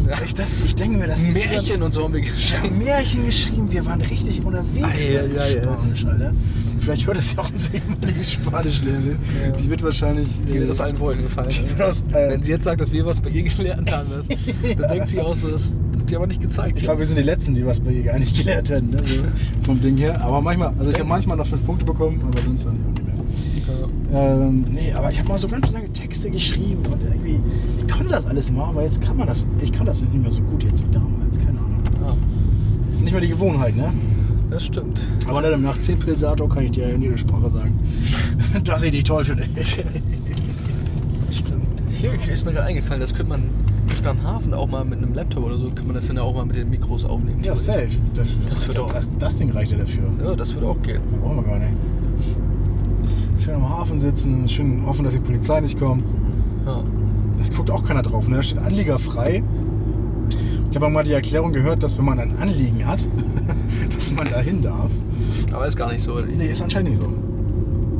Speaker 3: Ja.
Speaker 2: Ich, das, ich denke mir, das
Speaker 3: Märchen und so haben wir
Speaker 2: Wir haben
Speaker 3: geschrieben.
Speaker 2: Märchen geschrieben, wir waren richtig unterwegs
Speaker 3: Ei, ei, ei,
Speaker 2: in Spanisch, Alter. Vielleicht hört das ja auch unsere ehemalige Spanischlehrerin.
Speaker 3: Ja.
Speaker 2: Die wird wahrscheinlich.
Speaker 3: Die wird
Speaker 2: äh,
Speaker 3: aus allen Wolken gefallen.
Speaker 2: Die wird
Speaker 3: ne?
Speaker 2: aus, äh,
Speaker 3: Wenn sie jetzt sagt, dass wir was bei ihr gelernt haben, das, dann denkt sie auch so, das habt ihr aber nicht gezeigt.
Speaker 2: ich glaube, wir sind die Letzten, die was bei ihr gar nicht gelernt hätten, ne? so vom Ding her. Aber manchmal, also ich habe manchmal noch fünf Punkte bekommen, aber sonst dann nicht mehr.
Speaker 3: Ja.
Speaker 2: Ähm, nee, aber ich habe mal so ganz lange Texte geschrieben und irgendwie, ich konnte das alles mal, aber jetzt kann man das, ich kann das nicht mehr so gut jetzt wie damals, keine Ahnung.
Speaker 3: Ja,
Speaker 2: Das ist nicht mehr die Gewohnheit, ne?
Speaker 3: das stimmt.
Speaker 2: Aber leider nach 10 Pilsato kann ich dir in jeder Sprache sagen, dass ich dich toll finde.
Speaker 3: Das stimmt. Hier ist mir gerade eingefallen, das könnte man nicht beim Hafen auch mal mit einem Laptop oder so, könnte man das dann auch mal mit den Mikros aufnehmen.
Speaker 2: Ja, safe. Das,
Speaker 3: Das wird auch-
Speaker 2: das, das Ding reicht ja dafür.
Speaker 3: Ja, das würde auch gehen.
Speaker 2: Brauchen wir gar nicht. Schön am Hafen sitzen, schön hoffen, dass die Polizei nicht kommt.
Speaker 3: Ja.
Speaker 2: Das guckt auch keiner drauf. Ne? Da steht Anlieger frei. Ich habe auch mal die Erklärung gehört, dass wenn man ein Anliegen hat, dass man dahin darf.
Speaker 3: Aber ist gar nicht so.
Speaker 2: Nee, ist anscheinend nicht so.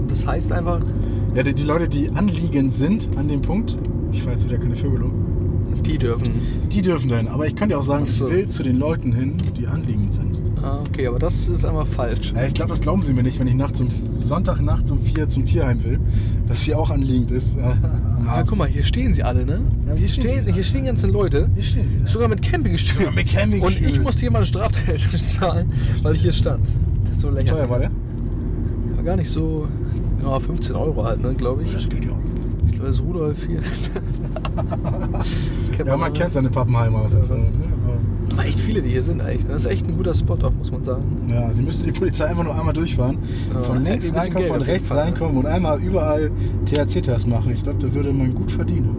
Speaker 3: Das heißt einfach,
Speaker 2: Ja, die, die Leute, die anliegend sind an dem Punkt, ich fahre jetzt wieder keine Vögelung,
Speaker 3: die dürfen.
Speaker 2: Die dürfen dahin, aber ich könnte ja auch sagen,
Speaker 3: Ach so.
Speaker 2: ich will zu den Leuten hin, die anliegend sind.
Speaker 3: Ah, okay, aber das ist einfach falsch.
Speaker 2: Ja, ich glaube, das glauben sie mir nicht, wenn ich nachts um Sonntagnacht um vier zum Tierheim will, dass sie auch anliegend ist.
Speaker 3: Ah, guck mal, hier stehen sie alle, ne?
Speaker 2: Ja, hier stehen sie.
Speaker 3: hier stehen ganze Leute.
Speaker 2: Hier stehen sie.
Speaker 3: Sogar mit Campingstühlen.
Speaker 2: Sogar mit Campingstühlen.
Speaker 3: Und ich musste hier mal eine Straftäter zahlen, weil ich hier stand. Das ist so lächerlich.
Speaker 2: Teuer war der?
Speaker 3: War gar nicht so. Ja, 15 Euro halt, ne, glaube ich.
Speaker 2: Das geht ja auch.
Speaker 3: Ich glaube, das ist Rudolf hier. Kennt
Speaker 2: Ja, man
Speaker 3: alle.
Speaker 2: kennt seine Pappenheimer aus. Also, ne,
Speaker 3: Aber ne? echt viele, die hier sind eigentlich. ne? Das ist echt ein guter Spot auch, muss man sagen.
Speaker 2: aber- ja, sie müssten die Polizei einfach nur einmal durchfahren.
Speaker 3: Ja,
Speaker 2: Von
Speaker 3: ein
Speaker 2: links
Speaker 3: bisschen
Speaker 2: reinkommen,
Speaker 3: Geld
Speaker 2: von
Speaker 3: auf jeden
Speaker 2: rechts
Speaker 3: Fall, ne?
Speaker 2: reinkommen und einmal überall THC-Tests machen. Ich glaube, da würde man gut verdienen.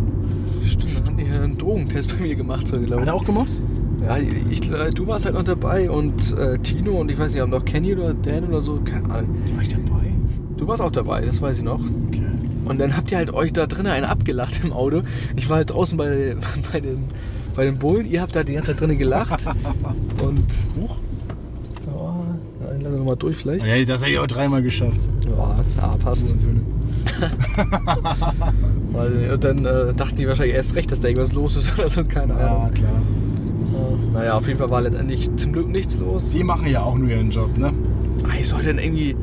Speaker 3: Stimmt, da haben die hier einen Drogentest bei mir gemacht, so
Speaker 2: Hat
Speaker 3: glaube
Speaker 2: er auch gemacht?
Speaker 3: ich. Ja, ich, äh, du warst halt noch dabei und äh, Tino und ich weiß nicht, haben noch Kenny oder Dan oder so, keine Ahnung.
Speaker 2: War ich dabei?
Speaker 3: Du warst auch dabei, das weiß ich noch.
Speaker 2: Okay.
Speaker 3: Und dann habt ihr halt euch da drinnen einen abgelacht im Auto. Ich war halt draußen bei, bei, den, bei den Bullen, ihr habt da die ganze Zeit drinnen gelacht. und. Huch. Oh, nein, lassen wir mal durch vielleicht.
Speaker 2: Ja, das habe ich auch dreimal geschafft.
Speaker 3: Ja, ja passt. Weiß nicht, Und dann äh, dachten die wahrscheinlich erst recht, dass da irgendwas los ist oder so, keine
Speaker 2: Ja,
Speaker 3: Ahnung.
Speaker 2: klar.
Speaker 3: Äh, Naja, auf jeden Fall war letztendlich zum Glück nichts los.
Speaker 2: Die machen ja auch nur ihren Job, ne?
Speaker 3: Ah, Ich soll denn irgendwie,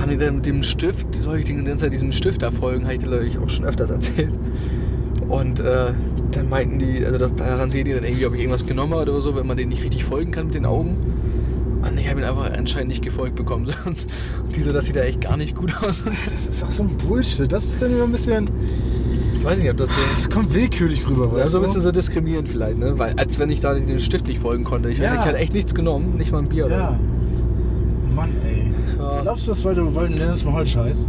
Speaker 3: haben die dann mit dem Stift, soll ich den ganze Zeit diesem Stift da folgen, habe ich dir glaube ich auch schon öfters erzählt. Und äh, dann meinten die, also das, daran sehen die dann irgendwie, ob ich irgendwas genommen habe oder so, wenn man den nicht richtig folgen kann mit den Augen. Und ich habe ihn einfach anscheinend nicht gefolgt bekommen. Und die so, das sieht ja echt gar nicht gut aus.
Speaker 2: Das ist auch so ein Bullshit. Das ist dann immer ein bisschen.
Speaker 3: Ich weiß nicht, ob das so
Speaker 2: Das kommt willkürlich rüber,
Speaker 3: Ja,
Speaker 2: weißt
Speaker 3: so ein
Speaker 2: du?
Speaker 3: bisschen so diskriminierend vielleicht, ne? Weil, als wenn ich da den Stift nicht folgen konnte. Ich,
Speaker 2: Ja.
Speaker 3: ich hatte echt nichts genommen, nicht mal ein Bier.
Speaker 2: ja.
Speaker 3: Oder?
Speaker 2: Mann, ey.
Speaker 3: Ja.
Speaker 2: Glaubst du das, weil du, weil du Dennis Mahal scheißt?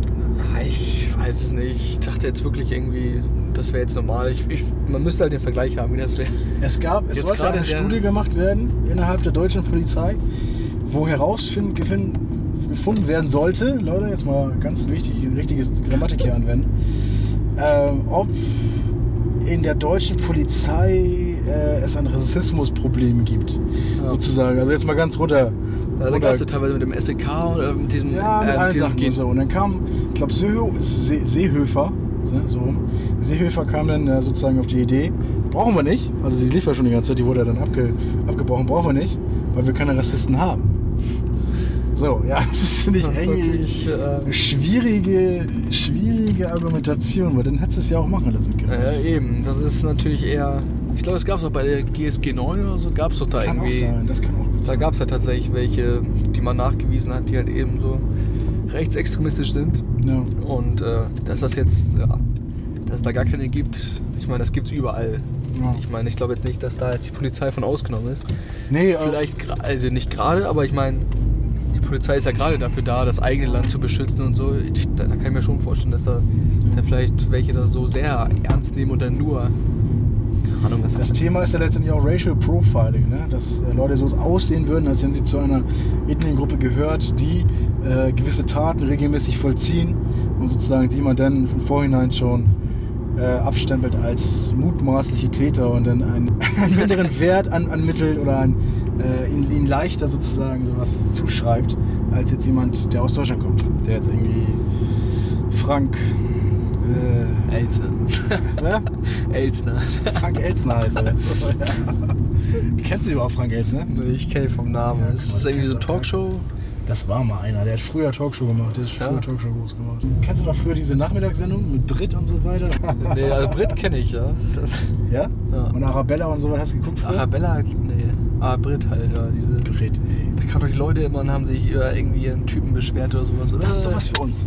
Speaker 3: Ah, Ich weiß es nicht. Ich dachte jetzt wirklich irgendwie, das wäre jetzt normal. Ich, ich, man müsste halt den Vergleich haben, wie das wäre.
Speaker 2: Es gab, es
Speaker 3: Jetzt
Speaker 2: sollte
Speaker 3: gerade
Speaker 2: eine
Speaker 3: der-
Speaker 2: Studie gemacht werden innerhalb der deutschen Polizei, wo herausfinden, gefin- gefunden werden sollte, Leute, jetzt mal ganz wichtig, richtiges Grammatik hier anwenden, ähm, ob in der deutschen Polizei äh, es ein Rassismusproblem gibt,
Speaker 3: Ja.
Speaker 2: sozusagen. Also jetzt mal ganz runter.
Speaker 3: Ja, da
Speaker 2: runter-
Speaker 3: gab es ja teilweise mit dem E SEK oder mit diesem.
Speaker 2: Ja, mit
Speaker 3: äh,
Speaker 2: allen
Speaker 3: diesem
Speaker 2: Sachen
Speaker 3: Gen-
Speaker 2: und so. Und dann kam, ich glaube, Seehö See Seehöfer, ne, so rum. Seehöfer kam dann äh, sozusagen auf die Idee, brauchen wir nicht. Also die lief ja schon die ganze Zeit, die wurde ja dann abge abgebrochen, brauchen wir nicht, weil wir keine Rassisten haben. So, ja, das ist, finde ich,
Speaker 3: Das ist
Speaker 2: irgendwie
Speaker 3: natürlich, äh,
Speaker 2: eine schwierige, schwierige Argumentation, weil dann hättest du es ja auch machen lassen können.
Speaker 3: Ja, eh, eben. Das ist natürlich eher. Ich glaube, es gab es auch bei der GSG 9 oder so, gab es doch da
Speaker 2: kann auch
Speaker 3: irgendwie.
Speaker 2: sein, das kann auch gut
Speaker 3: Da
Speaker 2: sein.
Speaker 3: gab es ja tatsächlich welche, die man nachgewiesen hat, die halt eben so rechtsextremistisch sind.
Speaker 2: Ja.
Speaker 3: Und äh, dass das jetzt, ja, dass es da gar keine gibt, ich meine, das gibt es überall.
Speaker 2: Ja.
Speaker 3: Ich meine, ich glaube jetzt nicht, dass da jetzt die Polizei von ausgenommen ist.
Speaker 2: Nee, aber-
Speaker 3: Vielleicht, gra- also nicht gerade, aber ich meine, die Polizei ist ja gerade dafür da, das eigene Land zu beschützen und so. Ich, da, da kann ich mir schon vorstellen, dass da, da vielleicht welche das so sehr ernst nehmen und dann nur. Keine Ahnung, was
Speaker 2: Das Thema ist ja letztendlich auch Racial Profiling, ne? dass äh, Leute so aussehen würden, als wenn sie zu einer Ethniengruppe gehört, die äh, gewisse Taten regelmäßig vollziehen und sozusagen die man dann im Vorhinein schon äh, abstempelt als mutmaßliche Täter und dann einen, einen minderen Wert an, anmittelt oder an, äh, ihn, ihn leichter sozusagen sowas zuschreibt, als jetzt jemand, der aus Deutschland kommt. Der jetzt irgendwie Frank. Äh,
Speaker 3: Elsner.
Speaker 2: wer?
Speaker 3: Elsner.
Speaker 2: Frank Elsner heißt er. Kennst du überhaupt Frank Elsner?
Speaker 3: Ich kenne vom Namen.
Speaker 2: Ja,
Speaker 3: ist das irgendwie so
Speaker 2: kennst du auch,
Speaker 3: Talkshow?
Speaker 2: Das war mal einer, der hat früher Talkshow gemacht, der hat früher
Speaker 3: Ja.
Speaker 2: Talkshow groß gemacht. Kennst du noch früher diese Nachmittagssendung mit Brit und so weiter?
Speaker 3: Nee, also Brit kenne ich, ja. Das,
Speaker 2: ja?
Speaker 3: Ja.
Speaker 2: Und Arabella und so weiter hast du geguckt früher?
Speaker 3: Arabella, nee. Ah, Brit halt, ja. Diese,
Speaker 2: Brit, ey.
Speaker 3: da kamen doch die Leute immer und haben sich über irgendwie einen Typen beschwert oder sowas, oder?
Speaker 2: Das ist doch was für uns.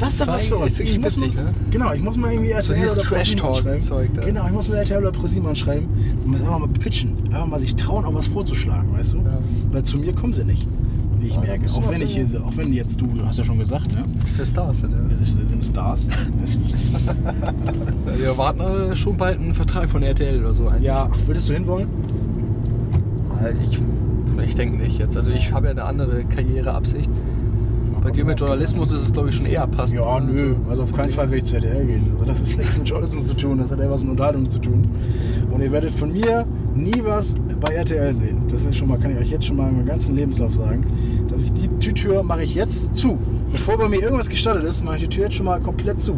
Speaker 2: Das ist doch
Speaker 3: War
Speaker 2: was für uns.
Speaker 3: ist irgendwie
Speaker 2: Ich muss
Speaker 3: witzig,
Speaker 2: mal,
Speaker 3: ne?
Speaker 2: Genau, ich muss mal irgendwie RTL
Speaker 3: dieses
Speaker 2: oder ProSieben
Speaker 3: Trash-Talk
Speaker 2: anschreiben.
Speaker 3: Zeug da.
Speaker 2: Genau, ich muss mal RTL oder ProSieben anschreiben und muss einfach mal pitchen. Einfach mal sich trauen, auch was vorzuschlagen, weißt du?
Speaker 3: Ja.
Speaker 2: Weil zu mir kommen sie nicht, wie ich
Speaker 3: Ja,
Speaker 2: merke.
Speaker 3: bist du
Speaker 2: Auch
Speaker 3: mal
Speaker 2: wenn ich hier, auch wenn jetzt du, du hast ja schon gesagt, ne?
Speaker 3: Für Stars, ja.
Speaker 2: Wir sind Stars.
Speaker 3: Wir erwarten äh, schon bald einen Vertrag von RTL oder so. Eigentlich.
Speaker 2: ja, ach, würdest du hinwollen?
Speaker 3: Weil Halt, Ich, ich denke nicht jetzt. Also ich habe ja eine andere Karriereabsicht. Bei dir mit Journalismus ist es glaube ich schon eher passend.
Speaker 2: Ja,
Speaker 3: ne?
Speaker 2: nö.
Speaker 3: So
Speaker 2: Also auf
Speaker 3: von
Speaker 2: keinen
Speaker 3: dem-
Speaker 2: Fall will ich zu RTL gehen. Also das ist nichts mit Journalismus zu tun, das hat eher was mit Unterhaltung zu tun. Und ihr werdet von mir nie was bei RTL sehen. Das ist schon mal, kann ich euch jetzt schon mal in meinem ganzen Lebenslauf sagen. Dass ich die, die Tür mache ich jetzt zu. Bevor bei mir irgendwas gestattet ist, mache ich die Tür jetzt schon mal komplett zu.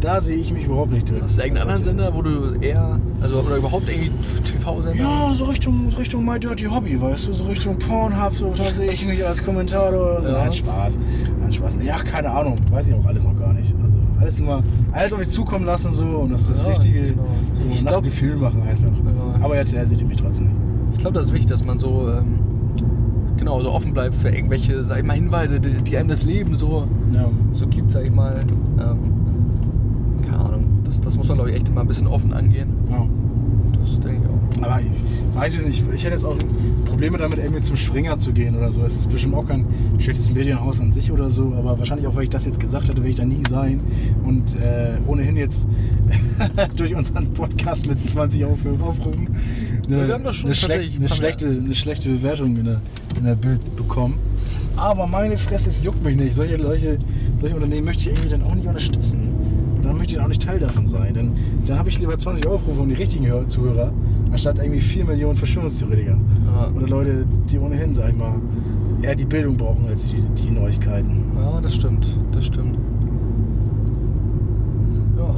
Speaker 2: Da sehe ich mich überhaupt nicht drin.
Speaker 3: Hast du irgendeinen anderen Sender, wo du eher, also oder überhaupt irgendwie TV-Sender?
Speaker 2: Ja, so Richtung, so Richtung My Dirty Hobby, weißt du, so Richtung Pornhub, so, da sehe ich mich als Kommentator.
Speaker 3: Ja.
Speaker 2: Nein, Spaß. Nein, Spaß. Nee, ach, keine Ahnung, weiß ich auch alles noch gar nicht. Also alles nur, alles auf mich zukommen lassen so und das ist das
Speaker 3: Ja,
Speaker 2: Richtige.
Speaker 3: genau.
Speaker 2: So
Speaker 3: Ich
Speaker 2: nach
Speaker 3: glaub- genau.
Speaker 2: Gefühl machen einfach.
Speaker 3: Ja.
Speaker 2: Aber RTL seht ihr mich trotzdem nicht.
Speaker 3: Ich glaube, das ist wichtig, dass man so ähm, genau so offen bleibt für irgendwelche, sag ich mal, Hinweise, die, die einem das Leben so,
Speaker 2: Ja.
Speaker 3: so gibt, sag ich mal. Ähm, keine Ahnung. Das, das muss man glaube ich echt immer ein bisschen offen angehen.
Speaker 2: ja.
Speaker 3: Das denke ich auch.
Speaker 2: Aber ich weiß es nicht. Ich hätte jetzt auch Probleme damit, irgendwie zum Springer zu gehen oder so. Es ist bestimmt auch kein schlechtes Medienhaus an sich oder so. Aber wahrscheinlich auch, weil ich das jetzt gesagt hatte, will ich da nie sein. Und äh, ohnehin jetzt durch unseren Podcast mit 20 Aufru- Aufrufen ne,
Speaker 3: Wir haben das schon
Speaker 2: eine, schle
Speaker 3: tatsächlich-
Speaker 2: eine, schlechte, eine schlechte Bewertung in der, in der Bild bekommen. Aber meine Fresse, es juckt mich nicht. Solche, solche, solche Unternehmen möchte ich irgendwie dann auch nicht unterstützen. Und dann möchte ich dann auch nicht Teil davon sein. Denn dann habe ich lieber 20 Aufrufe und die richtigen Hör- Zuhörer, anstatt irgendwie 4 Millionen Verschwörungstheoretiker.
Speaker 3: Ja.
Speaker 2: Oder Leute, die ohnehin, sag ich mal, eher die Bildung brauchen als die, die Neuigkeiten.
Speaker 3: Ja, das stimmt. Das stimmt. Ja.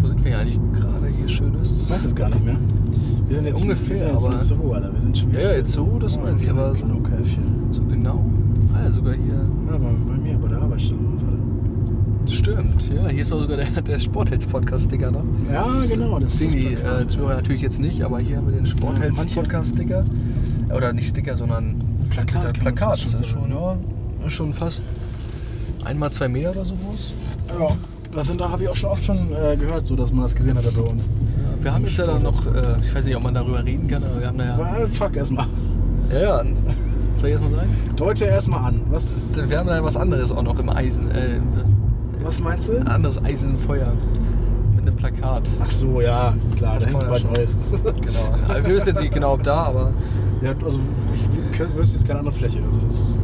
Speaker 3: Wo sind wir hier eigentlich gerade hier schönes?
Speaker 2: Ich weiß es gar nicht mehr. Wir sind jetzt
Speaker 3: Ungefähr,
Speaker 2: wir sind jetzt
Speaker 3: aber-
Speaker 2: in Soho, Alter. Wir sind schon
Speaker 3: Ja, ja, jetzt so, das weiß ich, aber so-
Speaker 2: Lokalfchen.
Speaker 3: So genau. Ah, sogar hier.
Speaker 2: Ja, bei, bei mir, bei der Arbeitsstelle. warte.
Speaker 3: Stimmt, ja. Hier ist auch sogar der, der Sporthelds-Podcast-Sticker noch.
Speaker 2: Ja, genau.
Speaker 3: Das sehen die
Speaker 2: Plakat.
Speaker 3: äh, Zuhörer natürlich jetzt nicht, aber hier haben wir den Sporthelds-Podcast-Sticker. Oder nicht Sticker, sondern Plakat.
Speaker 2: Plakat kann man
Speaker 3: Plakat
Speaker 2: fast
Speaker 3: ist
Speaker 2: schon
Speaker 3: das schon,
Speaker 2: sagen.
Speaker 3: ja. Ist Schon fast einmal zwei Meter oder so groß.
Speaker 2: Ja, das sind, da habe ich auch schon oft schon äh, gehört, so dass man das gesehen hat bei uns.
Speaker 3: Ja, wir haben jetzt ja dann noch, äh, ich weiß nicht, ob man darüber reden kann, aber wir haben da ja.
Speaker 2: Aber, äh, fuck erstmal.
Speaker 3: Ja, ja. Soll ich erst mal sagen?
Speaker 2: Deute erstmal an. Was, ist-
Speaker 3: Wir haben da was anderes auch noch im Eisen. Äh,
Speaker 2: was meinst du?
Speaker 3: ein anderes Eisen im Feuer. Mit einem Plakat.
Speaker 2: Ach so, ja, klar,
Speaker 3: Das
Speaker 2: da
Speaker 3: kann
Speaker 2: hängt
Speaker 3: man
Speaker 2: was
Speaker 3: ja
Speaker 2: Neues.
Speaker 3: Genau. Also wir wissen jetzt nicht genau, ob da, aber.
Speaker 2: ja, also ich wüsste jetzt keine andere Fläche. Also das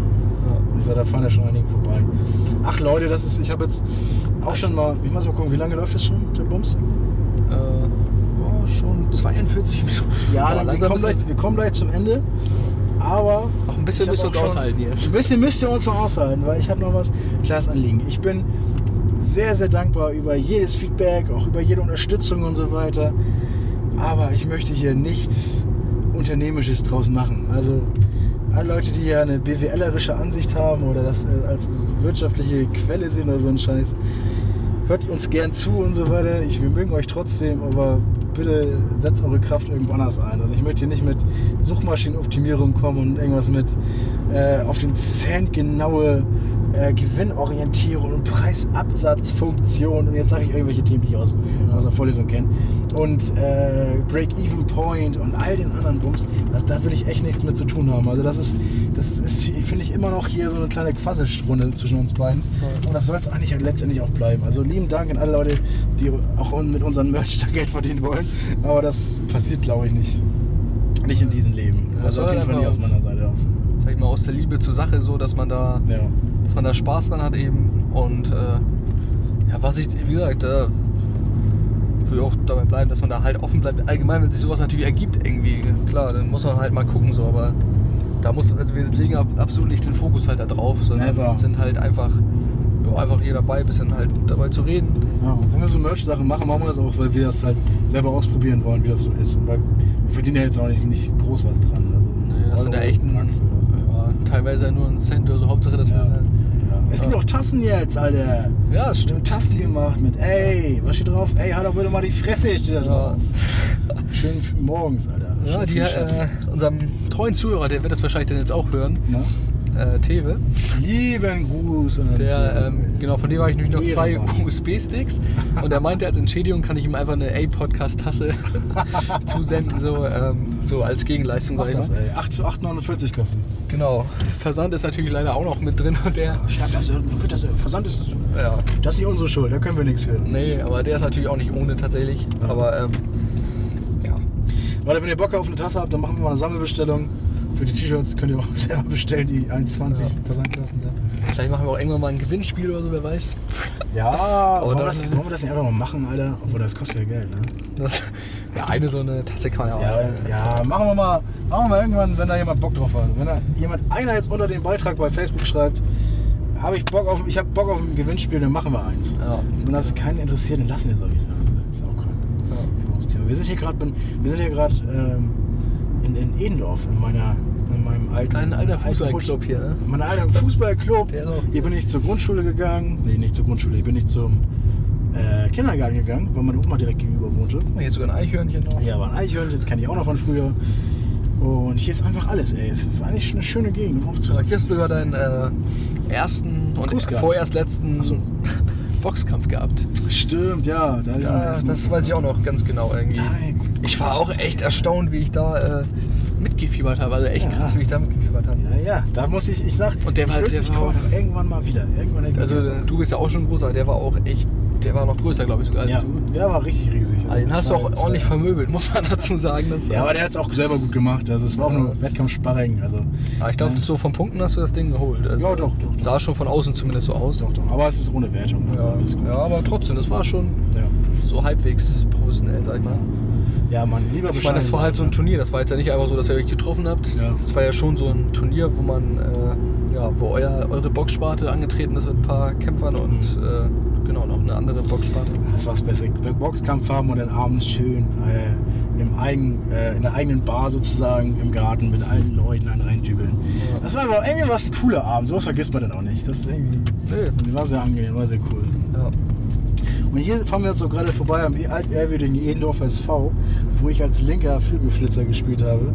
Speaker 3: Ja.
Speaker 2: ist ja, da fahren ja schon einige vorbei. Ach Leute, das ist, ich habe jetzt auch schon mal, ich muss mal gucken, wie lange läuft das schon, der Bums?
Speaker 3: Äh, ja, schon 42 Minuten. Boah,
Speaker 2: Ja, dann, wir,
Speaker 3: langsam
Speaker 2: kommen
Speaker 3: ist das-
Speaker 2: gleich, wir kommen gleich zum Ende. Aber
Speaker 3: Noch ein bisschen
Speaker 2: ich hab
Speaker 3: müsst ihr
Speaker 2: auch
Speaker 3: uns
Speaker 2: schon-
Speaker 3: aushalten hier.
Speaker 2: Ein bisschen müsst ihr uns noch aushalten, weil ich habe noch was klares Anliegen. Ich bin sehr, sehr dankbar über jedes Feedback, auch über jede Unterstützung und so weiter. Aber ich möchte hier nichts Unternehmisches draus machen. Also alle Leute, die hier eine BWLerische Ansicht haben oder das äh, als wirtschaftliche Quelle sehen oder so ein Scheiß, hört uns gern zu und so weiter. Ich, wir mögen euch trotzdem, aber bitte setzt eure Kraft irgendwo anders ein. Also ich möchte hier nicht mit Suchmaschinenoptimierung kommen und irgendwas mit äh, auf den Cent genaue äh, Gewinnorientierung und Preisabsatzfunktion und jetzt sage ich irgendwelche Themen, die ich aus, aus der Vorlesung kenne und äh, Break-Even-Point und all den anderen Bums, also da will ich echt nichts mit zu tun haben. Also das ist, das ist finde ich, immer noch hier so eine kleine Quasselrunde zwischen uns beiden. Und das soll es eigentlich letztendlich auch bleiben. Also lieben Dank an alle Leute, die auch mit unseren Merch da Geld verdienen wollen. Aber das passiert, glaube ich, nicht. Nicht in diesem Leben.
Speaker 3: Ja,
Speaker 2: Also auf
Speaker 3: soll
Speaker 2: jeden Fall
Speaker 3: einfach-
Speaker 2: nicht aus meiner Seite aus.
Speaker 3: sag ich mal, aus der Liebe zur Sache so, dass man da,
Speaker 2: Ja.
Speaker 3: dass man da Spaß dran hat eben. Und äh, ja, was ich, wie gesagt, äh, will auch dabei bleiben, dass man da halt offen bleibt. Allgemein, wenn sich sowas natürlich ergibt, irgendwie, klar, dann muss man halt mal gucken, so, aber da muss, also wir legen ab- absolut nicht den Fokus halt da drauf, sondern
Speaker 2: Never.
Speaker 3: sind halt einfach, ja, einfach hier dabei, bisschen halt dabei zu reden.
Speaker 2: Ja, und wenn wir so Merch-Sachen machen, machen wir das auch, weil wir das halt selber ausprobieren wollen, wie das so ist. Weil wir verdienen ja jetzt auch nicht, nicht groß was dran. Also
Speaker 3: Das sind ja echt ein,
Speaker 2: Max oder so.
Speaker 3: ja, teilweise nur ein Cent oder so, Hauptsache, dass
Speaker 2: Ja.
Speaker 3: wir.
Speaker 2: Ja. Es gibt
Speaker 3: Ja.
Speaker 2: auch Tassen jetzt, Alter.
Speaker 3: Ja, das
Speaker 2: Stimmt,
Speaker 3: stimmt.
Speaker 2: Tasten gemacht mit, ey, was steht drauf? Ey, halt doch bitte mal die Fresse, steht da drauf.
Speaker 3: Ja.
Speaker 2: Schön f- morgens, Alter.
Speaker 3: Ja,
Speaker 2: Schön
Speaker 3: die,
Speaker 2: T-Shirt.
Speaker 3: äh, unserem treuen Zuhörer, der wird das wahrscheinlich dann jetzt auch hören,
Speaker 2: Na?
Speaker 3: äh, Tewe.
Speaker 2: Lieben Gruß. an
Speaker 3: Der, ähm, genau, von dem habe ich nämlich noch zwei
Speaker 2: Ehrenmann.
Speaker 3: USB-Sticks und er meinte, als Entschädigung kann ich ihm einfach eine A-Podcast-Tasse zusenden, so, ähm, so als Gegenleistung,
Speaker 2: Mach
Speaker 3: sag ich
Speaker 2: das,
Speaker 3: mal.
Speaker 2: ey. 8 8,49 kostet.
Speaker 3: Genau. Versand ist natürlich leider auch noch mit drin und der,
Speaker 2: Schreibt das, geht das, Versand ist das.
Speaker 3: ja,
Speaker 2: Das ist nicht unsere Schuld, da können wir nichts für.
Speaker 3: nee, aber der ist natürlich auch nicht ohne tatsächlich, aber ähm, ja.
Speaker 2: Leute, wenn ihr Bock auf eine Tasse habt, dann machen wir mal eine Sammelbestellung. Für die T-Shirts könnt ihr auch selber bestellen, die 1,20 Versandklassen. ne? da.
Speaker 3: Vielleicht machen wir auch irgendwann mal ein Gewinnspiel oder so, wer weiß.
Speaker 2: Ja, wollen wir,
Speaker 3: das-
Speaker 2: das, wollen wir das nicht einfach mal machen, Alter? Obwohl, das kostet ja Geld, ne?
Speaker 3: Das, ja, eine so eine Tasse kann man ja auch.
Speaker 2: Ja, ja machen, wir mal, machen wir mal irgendwann, wenn da jemand Bock drauf hat. Wenn da jemand, einer jetzt unter dem Beitrag bei Facebook schreibt, habe ich Bock auf, ich habe Bock auf ein Gewinnspiel, dann machen wir eins.
Speaker 3: Ja.
Speaker 2: Wenn das keinen interessiert, dann lassen wir es auch wieder. Das ist auch cool.
Speaker 3: Ja.
Speaker 2: Wir sind hier gerade bin- wir sind hier gerade ähm, in, in Edendorf, in meiner in meinem alten
Speaker 3: Dein alter
Speaker 2: alten
Speaker 3: Fußballclub
Speaker 2: Hut.
Speaker 3: hier, ne?
Speaker 2: Mein alter Fußballclub.
Speaker 3: Der ist auch-
Speaker 2: Hier bin ich zur Grundschule gegangen. Nee, nicht zur Grundschule, hier bin ich zum äh, Kindergarten gegangen, weil meine Oma direkt gegenüber wohnte.
Speaker 3: Hier ist sogar ein Eichhörnchen noch.
Speaker 2: Hier war ein Eichhörnchen, das kenne ich auch noch von früher. Und hier ist einfach alles, ey. Es war eigentlich eine schöne Gegend, um
Speaker 3: Ja,
Speaker 2: aufzuhören.
Speaker 3: Hier hast du sogar deinen äh, ersten und
Speaker 2: Gruß gehabt.
Speaker 3: vorerst letzten
Speaker 2: Ach so.
Speaker 3: Boxkampf gehabt.
Speaker 2: Stimmt, ja. Da,
Speaker 3: Da, das weiß ich auch noch ganz genau irgendwie.
Speaker 2: Nein.
Speaker 3: Ich war auch echt erstaunt, wie ich da äh, mitgefiebert habe. Also echt
Speaker 2: Ja.
Speaker 3: krass, wie ich da mitgefiebert habe.
Speaker 2: Ja, ja, da muss ich, ich sag,
Speaker 3: Und der war-
Speaker 2: ich
Speaker 3: der
Speaker 2: ich
Speaker 3: war
Speaker 2: komme
Speaker 3: auch-
Speaker 2: doch irgendwann mal wieder. Irgendwann, irgendwann
Speaker 3: Also äh, du bist ja auch schon größer, der war auch echt, der war noch größer, glaube ich, sogar als
Speaker 2: ja,
Speaker 3: du.
Speaker 2: Also, der war richtig riesig.
Speaker 3: Also den
Speaker 2: Also
Speaker 3: hast du auch
Speaker 2: zwei-
Speaker 3: ordentlich
Speaker 2: zwei-
Speaker 3: vermöbelt, muss man dazu sagen. Das,
Speaker 2: Ja, aber der hat es auch selber gut gemacht. Also es war auch
Speaker 3: Ja.
Speaker 2: nur Wettkampfsparring. Also,
Speaker 3: aber äh, ich glaube, so von Punkten hast du das Ding geholt. Also,
Speaker 2: Ja, doch, doch, doch.
Speaker 3: Sah schon von außen zumindest so aus.
Speaker 2: doch, doch. Aber es ist ohne Wertung. Also
Speaker 3: Ja.
Speaker 2: alles gut.
Speaker 3: ja, aber trotzdem, das war schon
Speaker 2: Ja.
Speaker 3: so halbwegs professionell, sag ich mal.
Speaker 2: ja, Mann, lieber
Speaker 3: Ich meine, das war halt so ein Turnier. Das war jetzt ja nicht einfach so, dass ihr euch getroffen habt.
Speaker 2: Ja.
Speaker 3: Das war ja schon so ein Turnier, wo man, äh, ja, wo euer, eure Boxsparte angetreten ist mit ein paar Kämpfern und
Speaker 2: Mhm.
Speaker 3: äh, genau noch eine andere Boxsparte.
Speaker 2: Das war's besser. Wenn Boxkampf haben und dann abends schön äh, im eigen, äh, in der eigenen Bar sozusagen im Garten mit allen Leuten einen reindübeln.
Speaker 3: Ja.
Speaker 2: Das war aber irgendwie was ein cooler Abend. Sowas vergisst man dann auch nicht. Das ist irgendwie.
Speaker 3: Nö.
Speaker 2: War sehr angenehm, war sehr cool.
Speaker 3: Ja.
Speaker 2: Und hier fahren wir jetzt so gerade vorbei am alten ehrwürdigen Edendorf SV, wo ich als linker Flügelflitzer gespielt habe.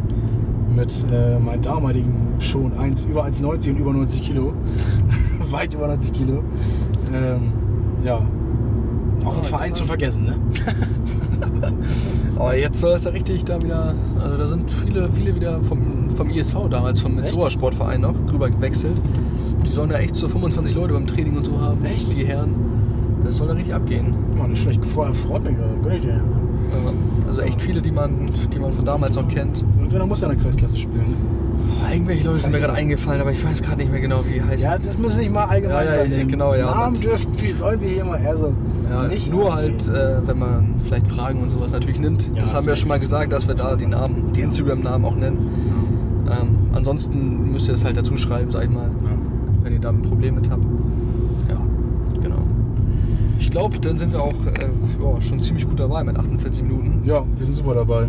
Speaker 2: Mit äh, meinen damaligen schon 1, über 1,90 und über 90 Kilo. Weit über 90 Kilo. Ähm, ja. Auch
Speaker 3: Ja,
Speaker 2: ein Verein
Speaker 3: das
Speaker 2: zu
Speaker 3: war-
Speaker 2: vergessen, ne?
Speaker 3: Aber jetzt soll es ja richtig da wieder, also da sind viele, viele wieder vom, vom ISV damals, vom
Speaker 2: Echt?
Speaker 3: Metzoa Sportverein noch, drüber gewechselt. Die sollen ja echt so 25 Leute beim Training und so haben.
Speaker 2: Echt?
Speaker 3: Die Herren. Das soll da richtig abgehen.
Speaker 2: Ja, nicht schlecht. Freut freut mich, ja. gönn ich dir. ja.
Speaker 3: Ja. Also echt viele, die man, die man von damals noch kennt.
Speaker 2: Und dann muss ja eine Kreisklasse spielen. Ne?
Speaker 3: Irgendwelche Leute sind mir gerade eingefallen, aber ich weiß gerade nicht mehr genau, wie die heißen.
Speaker 2: Also- Ja, das muss nicht mal allgemein
Speaker 3: Ja, ja,
Speaker 2: sein.
Speaker 3: ja, genau, ja.
Speaker 2: Namen dürfen, wie sollen wir hier mal, also
Speaker 3: Ja,
Speaker 2: nicht
Speaker 3: nur
Speaker 2: angehen.
Speaker 3: halt, äh, wenn man vielleicht Fragen und sowas natürlich nimmt.
Speaker 2: Ja,
Speaker 3: das haben wir
Speaker 2: safe.
Speaker 3: schon mal gesagt, dass wir da die Namen, die Instagram-Namen auch nennen. Ähm, ansonsten müsst ihr es halt dazu schreiben, sag ich mal,
Speaker 2: Ja.
Speaker 3: wenn ihr da ein Problem mit habt. Ja, genau. Ich glaube, dann sind wir auch äh, ja, schon ziemlich gut dabei mit 48 Minuten.
Speaker 2: Ja, wir sind super dabei.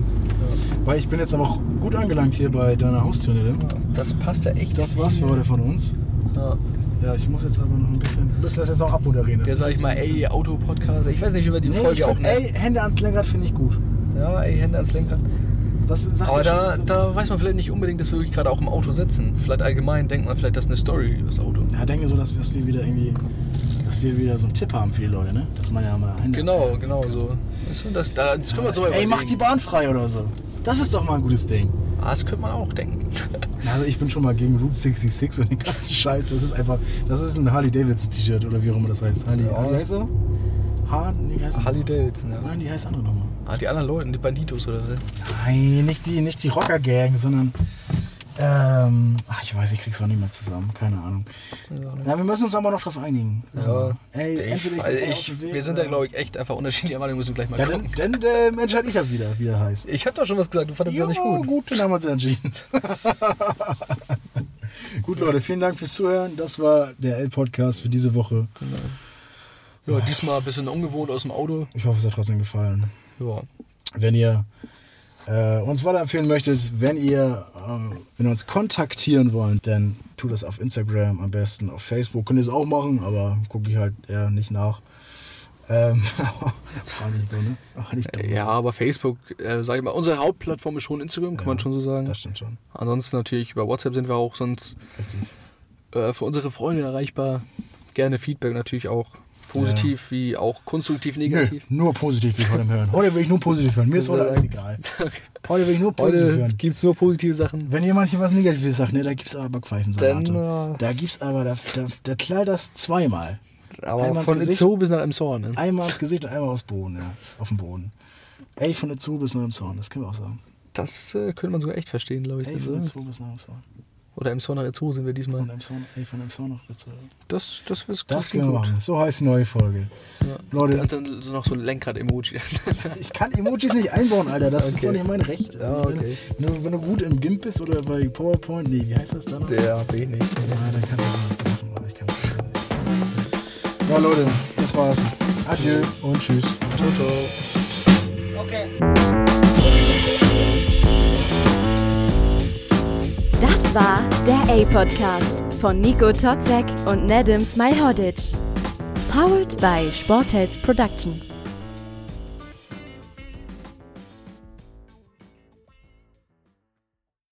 Speaker 2: Weil ich bin jetzt aber auch gut angelangt hier bei deiner Haustür, ne?
Speaker 3: Das passt ja echt.
Speaker 2: Das war's für heute von uns.
Speaker 3: Ja.
Speaker 2: Ja, ich muss jetzt aber noch ein bisschen. Wir müssen das jetzt noch abmoderieren. Das
Speaker 3: Der
Speaker 2: ist
Speaker 3: sag ich
Speaker 2: jetzt
Speaker 3: mal,
Speaker 2: ein bisschen-
Speaker 3: ey, Auto-Podcast. Ich weiß nicht, wie wir die
Speaker 2: Nee, ich
Speaker 3: Folge auch
Speaker 2: find, ey,
Speaker 3: nennen.
Speaker 2: Hände ans Lenkrad finde ich gut.
Speaker 3: Ja, ey, Hände ans Lenkrad.
Speaker 2: Das sagt
Speaker 3: Aber
Speaker 2: ja schon
Speaker 3: da,
Speaker 2: so-
Speaker 3: da weiß man vielleicht nicht unbedingt, dass wir wirklich gerade auch im Auto sitzen. Vielleicht allgemein denkt man vielleicht, das ist eine Story über das Auto.
Speaker 2: Ja, denke so, dass wir, dass wir wieder irgendwie. Dass wir wieder so einen Tipp haben für die Leute, ne? Dass man ja mal Hände
Speaker 3: Genau,
Speaker 2: ans-
Speaker 3: genau so. Weißt du, das, da- das können wir so
Speaker 2: Ey, mach die
Speaker 3: überlegen.
Speaker 2: Bahn frei oder so. Das ist doch mal ein gutes Ding.
Speaker 3: Ah, das könnte man auch denken.
Speaker 2: Also ich bin schon mal gegen Route 66 und den ganzen Scheiß. Das ist einfach, das ist ein Harley Davidson T-Shirt oder wie auch immer das heißt. Harley,
Speaker 3: Ja.
Speaker 2: Harley heißt er? Har nee, wie heißt er?
Speaker 3: Harley Davidson, ja.
Speaker 2: Nein, die heißt andere nochmal.
Speaker 3: Ah, die anderen Leute, die Banditos oder so.
Speaker 2: Nein, nicht die, nicht die Rocker Gang, sondern Ähm, ach, ich weiß, ich krieg's auch nicht mehr zusammen. Keine Ahnung.
Speaker 3: Ja, ne?
Speaker 2: Na, wir müssen uns aber noch drauf einigen.
Speaker 3: Ja.
Speaker 2: Ey,
Speaker 3: ich,
Speaker 2: entweder
Speaker 3: weil
Speaker 2: bin aus
Speaker 3: ich,
Speaker 2: dem Weg
Speaker 3: wir sind da,
Speaker 2: oder-
Speaker 3: glaube ich, echt einfach unterschiedlicher Meinung. Müssen wir gleich mal
Speaker 2: Ja,
Speaker 3: gucken.
Speaker 2: dann, dann äh, entscheide ich das wieder, wie der heißt.
Speaker 3: Ich habe doch schon was gesagt. Du fandest das ja nicht
Speaker 2: Jo,
Speaker 3: gut.
Speaker 2: gut, dann haben wir uns entschieden. gut, Leute, vielen Dank fürs Zuhören. Das war der L-Podcast für diese Woche.
Speaker 3: Ja, diesmal ein bisschen ungewohnt aus dem Auto.
Speaker 2: Ich hoffe, es hat trotzdem gefallen.
Speaker 3: Ja.
Speaker 2: Wenn ihr äh, uns weiterempfehlen möchtet, wenn ihr ähm, wenn ihr uns kontaktieren wollt, dann tut das auf Instagram am besten, auf Facebook. Könnt ihr es auch machen, aber gucke ich halt eher nicht nach. Ähm, war nicht so, ne? War nicht dumm.
Speaker 3: Ja, aber Facebook, äh, sag ich mal, unsere Hauptplattform ist schon Instagram, kann
Speaker 2: Ja,
Speaker 3: man schon so sagen.
Speaker 2: Das stimmt schon.
Speaker 3: Ansonsten natürlich über WhatsApp sind wir auch sonst
Speaker 2: Richtig.
Speaker 3: äh, für unsere Freunde erreichbar. Gerne Feedback natürlich auch. Positiv wie auch konstruktiv
Speaker 2: Nö,
Speaker 3: negativ. Also, äh,
Speaker 2: nur positiv will ich heute hören. Heute will ich nur positiv hören. Mir ist heute alles egal. Heute will ich nur positiv
Speaker 3: Heute
Speaker 2: hören.
Speaker 3: gibt es nur positive Sachen.
Speaker 2: Wenn jemand hier was Negatives sagt, ne, da gibt's aber Pfeifensalate.
Speaker 3: Dann, äh,
Speaker 2: da gibt's aber, da, da, da knallt das zweimal. Einmal
Speaker 3: Aber
Speaker 2: ins
Speaker 3: von
Speaker 2: Gesicht.
Speaker 3: Zoo bis nach Emshorn. Ne?
Speaker 2: Einmal ins Gesicht und einmal aufs Boden, ja. Auf dem Boden. Ey, von der Zoo bis nach dem Zorn, das können wir auch sagen.
Speaker 3: Das äh, könnte man sogar echt verstehen, glaube ich.
Speaker 2: Ey, von der
Speaker 3: Also.
Speaker 2: Zoo bis nach dem Zorn.
Speaker 3: Oder Emshorn nach Zoo sind wir
Speaker 2: Von
Speaker 3: diesmal.
Speaker 2: dem Zorn, ey, von dem Zorn noch dazu.
Speaker 3: Das, das, das,
Speaker 2: Das
Speaker 3: das
Speaker 2: können wir machen. So heißt die neue Folge.
Speaker 3: Ja.
Speaker 2: Leute.
Speaker 3: Und dann so noch so ein Lenkrad-Emoji.
Speaker 2: Ich kann Emojis nicht einbauen, Alter. Das ist
Speaker 3: Okay.
Speaker 2: doch nicht mein Recht.
Speaker 3: Ja,
Speaker 2: Also,
Speaker 3: okay.
Speaker 2: wenn, du, wenn du gut im GIMP bist oder bei PowerPoint, nee, wie heißt das da noch?
Speaker 3: Der bin ich nicht.
Speaker 2: Ja, dann kannst du das machen, aber ich kann es nicht. Ja, Leute, das war's. Adieu und tschüss.
Speaker 3: Ciao, ciao.
Speaker 1: Das war der A-Podcast von Nico Totzek und Nedim Smilhodic. Powered by Sportels Productions.